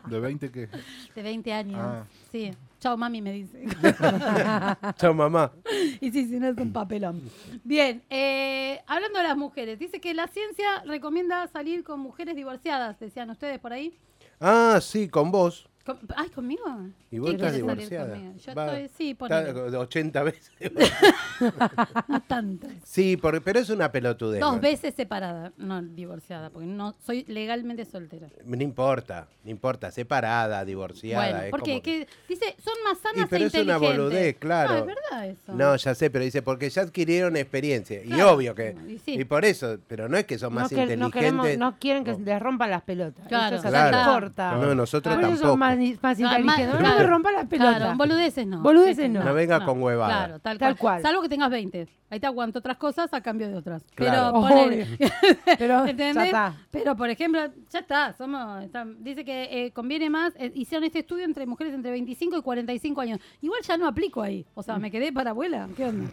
F: ¿De 20 qué?
C: de 20 años.
F: Ah.
C: Sí. Chao, mami, me
A: <laughs>
C: dice.
A: Chao, mamá.
C: y sí, si no es un papelón. Bien, eh, hablando de las mujeres, dice que la ciencia recomienda salir con mujeres divorciadas, decían ustedes por ahí.
A: Ah, sí, con vos.
C: Con- ay, conmigo.
A: Y vos
C: ¿Quién
A: estás
C: quiere salir
A: divorciada.
C: conmigo? Yo
A: Va,
C: estoy, sí,
A: está
C: ponele.
A: 80 veces. <laughs>
C: No tantas.
A: Sí, por- pero es una pelotudez.
C: Dos
A: ¿no?
C: veces separada, no divorciada, porque no soy legalmente soltera.
A: No importa, no importa, separada, divorciada.
C: Bueno,
A: es
C: porque
A: como que-
C: que dice, son más
A: Y
C: sanas
A: pero
C: e
A: es una
C: inteligentes.
A: boludez, claro.
C: No, es verdad eso.
A: No, ya sé, pero dice, porque ya adquirieron experiencia. y
C: Claro,
A: obvio que.
C: y sí.
A: Y por eso, pero no es que son
D: No,
A: más
D: que- no queremos-
A: inteligentes.
D: no quieren que les rompan las pelotas.
C: Claro.
D: Eso es así,
A: Claro.
D: no importa.
A: No, nosotros
D: Por eso
A: tampoco.
D: son más, más
C: No,
D: inteligentes.
C: más-
D: No, me
C: claro.
D: rompan las pelotas.
C: Claro, boludeces no.
D: Boludeces
C: Sí,
D: no.
A: No venga con huevada.
C: Claro, tal,
D: Tal
C: cual.
D: cual.
C: Salvo que tengas 20. Ahí te aguanto otras cosas a cambio de otras.
D: <laughs>
A: Claro.
C: Pero, ponele-
D: Pero
C: <laughs>
D: ya
C: ¿Entendés?
D: está.
C: Pero, por ejemplo, ya está. somos está- Dice que eh, conviene más. eh, hicieron este estudio entre mujeres entre 25 y 45 años. Igual ya no aplico ahí. O sea, me quedé para abuela.
A: <laughs>
C: ¿Qué onda?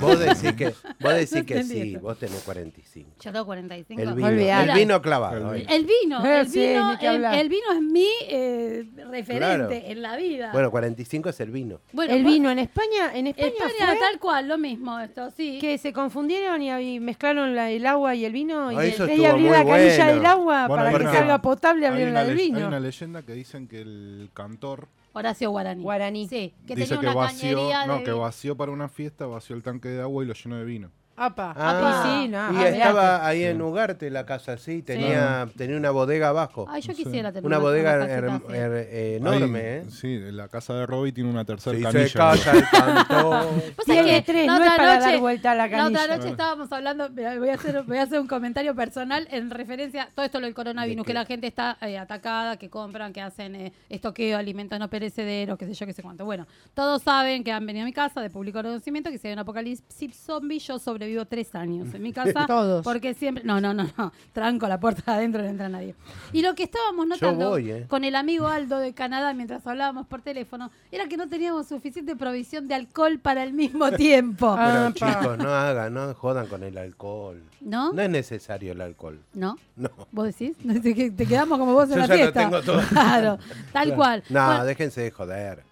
A: Vos decís
C: <laughs>
A: que, vos decís
C: No
A: que
C: entendí
A: sí,
C: eso.
A: vos tenés 45.
C: Yo tengo 45.
A: El vino,
D: Olvidate.
A: el vino clavado.
F: El
A: eh.
C: El vino,
D: Eh,
C: el,
D: sí,
C: vino
D: ni que
C: el,
D: hablar.
C: el vino es mi eh, referente
A: Claro.
C: en la vida.
A: Bueno, 45 es el vino.
C: Bueno,
D: el
C: vos-
D: vino en España, en España,
C: España,
D: fue
C: tal cual, lo mismo esto, sí.
D: que se confundieron y, y mezclaron la- el agua y el vino y
A: Ah, eso
D: en vez
A: estuvo
D: de abrir
A: muy
D: la canilla
A: bueno.
D: del agua
F: Bueno,
D: para
F: hay
D: que
F: una-
D: salga potable
F: Hay
D: abrieron
F: una
D: la del
F: le- Hay
D: vino.
F: una leyenda que dicen que el cantor
C: Horacio Guaraní.
D: Guaraní.
C: Sí, que
F: dice
C: tenía
F: que
C: una
F: vació,
C: cañería
F: no,
C: de
F: que
C: vino.
F: vació para una fiesta, vació el tanque de agua y lo llenó de vino.
D: Apa.
A: Ah,
C: pues
D: y sí, no,
A: y
D: olvidate.
A: estaba ahí en Ugarte la casa, sí, tenía, tenía una bodega abajo.
C: Ay, yo quisiera tener
A: una bodega
C: casita
A: her-
C: así.
A: her- enorme,
F: Ahí,
A: ¿eh?
F: Sí, la casa de Robbie tiene una tercera
A: Sí,
F: canilla.
A: se casa el
C: <laughs>
A: cantor.
C: Vos sabés
D: Tiene
C: que
D: tres,
C: la
D: no es
C: otra
D: para dar
C: noche-
D: vuelta a la
C: La
D: canilla.
C: otra noche estábamos hablando, mirá, voy a, hacer, voy a hacer un comentario personal en referencia, todo esto lo del
A: ¿De
C: coronavirus,
A: qué?
C: que la gente está eh, atacada, que compran, que hacen eh, estoqueo, alimentos no perecederos, qué sé yo, qué sé cuánto. Bueno, todos saben que han venido a mi casa de público conocimiento que si hay un apocalipsis zombie, yo sobrevivo tres años en
A: <laughs>
C: mi casa.
D: Todos.
C: Porque siempre, no, no, no, no, tranco la puerta de adentro, no entra nadie. Y lo que estábamos notando
A: voy, eh.
C: con el amigo Aldo de Canadá mientras hablábamos por teléfono, era que no teníamos suficiente provisión de alcohol para
A: <laughs>
C: el mismo tiempo.
A: Pero chicos, no hagan, no jodan con el alcohol.
C: ¿No?
A: No es necesario el alcohol. <laughs>
C: ¿No?
A: No.
C: ¿Vos decís? <laughs> Te que- te quedamos como vos en
A: Yo
C: la <laughs>
A: ya lo
C: fiesta.
A: tengo todo.
C: Claro, tal cual.
A: No,
C: Bueno,
A: déjense de joder.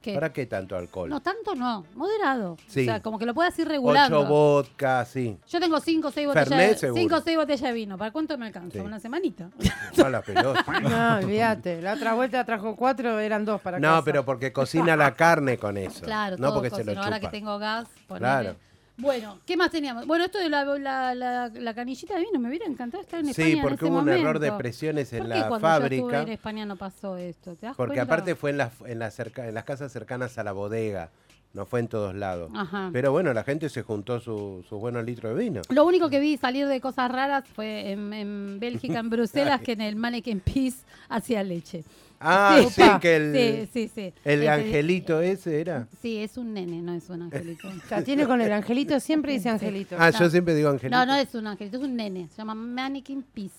C: ¿Qué?
A: ¿Para qué tanto alcohol?
C: No, tanto no, moderado.
A: Sí.
C: O sea, como que lo puedas ir regulando.
A: Ocho vodka,
C: <laughs>
A: sí.
C: Yo tengo 5 o 6 botellas,
A: Fernet,
C: de-
A: seguro.
C: cinco o seis botellas de vino. ¿Para cuánto me alcanza?
A: Sí. <laughs>
C: ¿Una semanita?
A: No, la pelota.
D: No, olvídate. La otra vuelta trajo cuatro, eran dos para
A: No,
D: casa.
A: pero porque cocina la carne con eso.
C: Claro,
A: no
C: todo
A: porque se
C: cocino.
A: lo chupa.
C: Ahora que tengo gas, ponele.
A: Claro.
C: Bueno, ¿qué más teníamos? Bueno, esto de la, la- la- la canillita de vino me hubiera encantado estar en España
A: Sí,
C: en
A: porque
C: ese
A: hubo un error de
C: momento.
A: presiones en
C: ¿Por qué
A: la
C: cuando Yo estuve
A: fábrica.
C: en España no pasó esto. ¿Te das
A: Porque
C: cuenta?
A: aparte fue en las, en, las cerca- en las casas cercanas a la bodega, no fue en todos lados.
C: Ajá.
A: Pero bueno, la gente se juntó su- sus buenos litros de vino.
C: Lo único que vi salir de cosas raras fue en, en Bélgica,
A: <laughs>
C: en Bruselas, que en el Mannequin Peace hacía leche.
A: Ah, sí,
C: Opa.
A: que el,
C: Sí, sí, sí.
A: el
C: Ese-
A: angelito ese era.
C: Sí, es un nene, no es
A: <laughs>
C: un angelito.
D: O sea, tiene con el angelito, siempre dice angelito.
A: Ah, yo siempre digo angelito.
C: No, no es un angelito, es un nene. Se llama Mannequin Peace.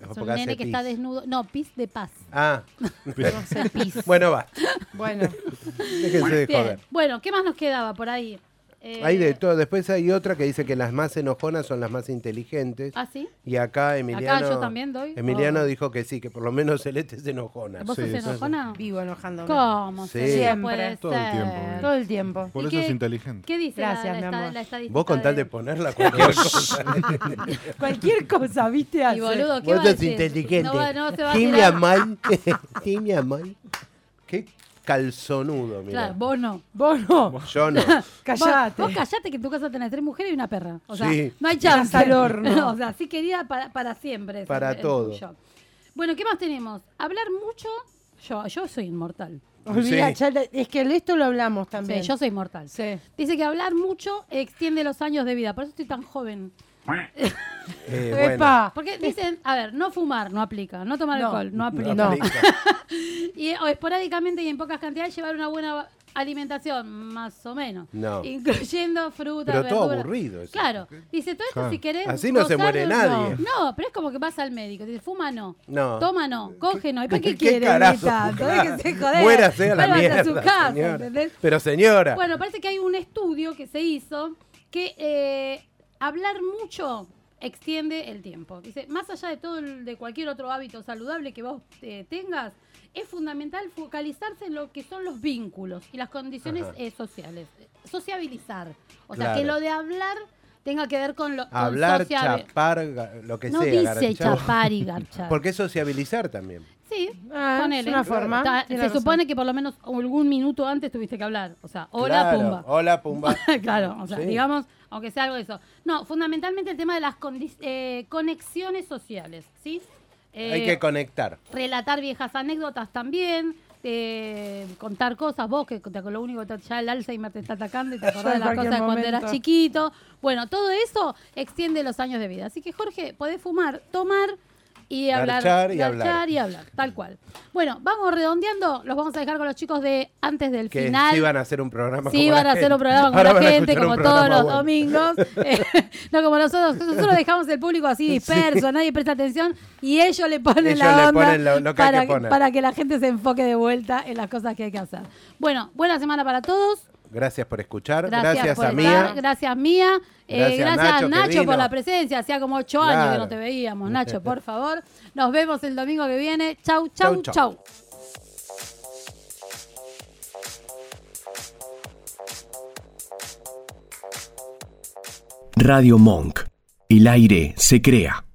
C: Es un
A: porque hace
C: nene que está
A: pis.
C: desnudo. No, Peace
A: <laughs>
C: de paz. <laughs>
A: Ah,
D: Vos el pis.
A: <laughs> bueno, va,
D: Bueno,
A: déjense de
C: Bien.
A: joder.
C: Bueno, ¿qué más nos quedaba por ahí? Eh,
A: Hay de todo. Después hay otra que dice que las más enojonas son las más inteligentes.
C: ¿Ah, sí?
A: Y acá Emiliano.
C: yo también doy,
A: Emiliano
C: o-
A: dijo que sí, que por lo menos Celeste es enojona.
C: ¿Vos
F: Sí,
C: sos
F: sí, sí.
C: enojona?
D: vivo enojándome.
C: ¿Cómo?
A: Sí.
C: Celeste,
D: Siempre.
C: puede
F: Todo el
C: ser?
F: tiempo,
D: Todo el tiempo.
F: Por
C: ¿Y
F: eso
C: qué-
F: es inteligente.
C: ¿Qué dice la-
D: Gracias,
C: la,
D: mi
C: esta-
D: amor.
C: la estadística?
A: Vos con tal de ponerla cualquier cosa.
J: Cualquier cosa, ¿viste?
C: Y
J: Hace.
C: boludo, ¿qué
A: Vos
C: va a
A: sos
C: decir?
A: inteligente.
C: No, va- no se va a
A: Sí, mi
C: tirar.
A: amor. <laughs> Sí, mi amor. Qué calzonudo, mira.
C: Claro, vos no.
J: Vos no,
A: Yo
C: <laughs>
A: no.
J: callate.
C: Vos, vos callate que en tu casa tenés tres mujeres y una perra. O sea,
A: Sí.
C: no hay chance.
J: Hasta el horno.
C: <laughs> o sea, sí querida para, para siempre. es
A: Para
C: el- el
A: todo.
C: tuyo. Bueno, ¿qué más tenemos? Hablar mucho. Yo, yo soy inmortal.
D: Olvida,
A: Sí.
D: ya le- es que el esto lo hablamos también.
C: Sí, yo soy inmortal.
D: Sí.
C: Dice que hablar mucho extiende los años de vida. Por eso estoy tan joven.
A: Eh, bueno,
D: Epa.
C: Porque dicen, a ver, no fumar no aplica, no tomar
D: Ah. No.
C: alcohol no aplica.
D: No.
A: aplica.
C: Y, o esporádicamente y en pocas cantidades llevar una buena alimentación, más o menos.
A: No.
C: Incluyendo fruta,
A: Pero todo
C: verduras.
A: aburrido eso. Ah.
C: Claro. Dice, todo esto
F: Claro.
C: si querés.
A: Así no se
C: gozar
A: muere
C: de-
A: nadie.
C: No, pero es como que vas al médico. Dice, fuma no.
A: No.
C: Toma no. Coge no. ¿Y para qué,
A: ¿Qué
C: quiere
A: carajo? <laughs>
C: tanto? Déjese joder.
A: Muérase a la
C: Vuélvase
A: mierda.
C: a su casa,
A: señora.
C: ¿entendés?
A: Pero señora.
C: Bueno, parece que hay un estudio que se hizo que eh, hablar mucho extiende el tiempo. Dice, más allá de todo el- de cualquier otro hábito saludable que vos eh, tengas, es fundamental focalizarse en lo que son los vínculos y las condiciones
A: Ajá.
C: eh, sociales. Sociabilizar. O sea,
A: Claro.
C: que lo de hablar tenga que ver con lo con
A: Hablar,
C: sociabil-
A: chapar, ga- lo que
C: No
A: sea.
C: dice
A: garchar. <laughs>
C: chapar y garchar.
A: Porque es sociabilizar también.
C: Sí,
D: Ah,
C: ponele.
D: es una forma.
C: Ta- Se
D: Tiene razón.
C: supone que por lo menos algún minuto antes tuviste que hablar. O sea, hola,
A: Claro,
C: pumba.
A: Hola,
C: <laughs>
A: pumba.
C: claro, o sea,
A: Sí.
C: digamos, aunque sea algo de eso. No, fundamentalmente el tema de las condi- eh, conexiones sociales, ¿sí? Eh,
A: Hay que conectar.
C: relatar viejas anécdotas también, eh, contar cosas, vos que te- lo único que te- ya el Alzheimer te está
A: <laughs>
C: atacando y te acordás de
D: en
C: las cosas de
D: cualquier
C: cuando eras
D: momento.
C: chiquito. Bueno, todo eso extiende los años de vida. Así que Jorge, podés fumar, tomar y hablar.
A: Garchar y
C: garchar
A: hablar.
C: y hablar, tal cual. Bueno, vamos redondeando, los vamos a dejar con los chicos de antes del
A: Que
C: final.
A: sí van a hacer un programa
C: Sí,
A: con
C: van
A: la
C: a hacer
A: gente. <laughs>
C: un programa con
A: Ahora
C: la
A: van a
C: gente,
A: escuchar un
C: como
A: programa
C: todos los
A: bueno. <laughs>
C: domingos. Eh, no como nosotros, nosotros dejamos el público así disperso, nadie presta atención y ellos le ponen
A: Ellos
C: la
A: le
C: onda
A: ponen lo- lo que hay
C: para,
A: que poner.
C: para que la gente se enfoque de vuelta en las cosas que hay que hacer. Bueno, buena semana para todos.
A: Gracias por escuchar.
C: Gracias,
A: Gracias,
C: por
A: a
C: estar,
A: Mía.
C: Gracias, Mía. Eh, Gracias,
A: Gracias,
C: Nacho,
A: Nacho, que vino.
C: por la presencia. Hacía como ocho años que
A: Claro.
C: no te veíamos, Nacho, por favor. Nos vemos el domingo que viene. Chau, chau,
A: Chau, chau.
C: chau.
I: Radio Monk. El aire se crea.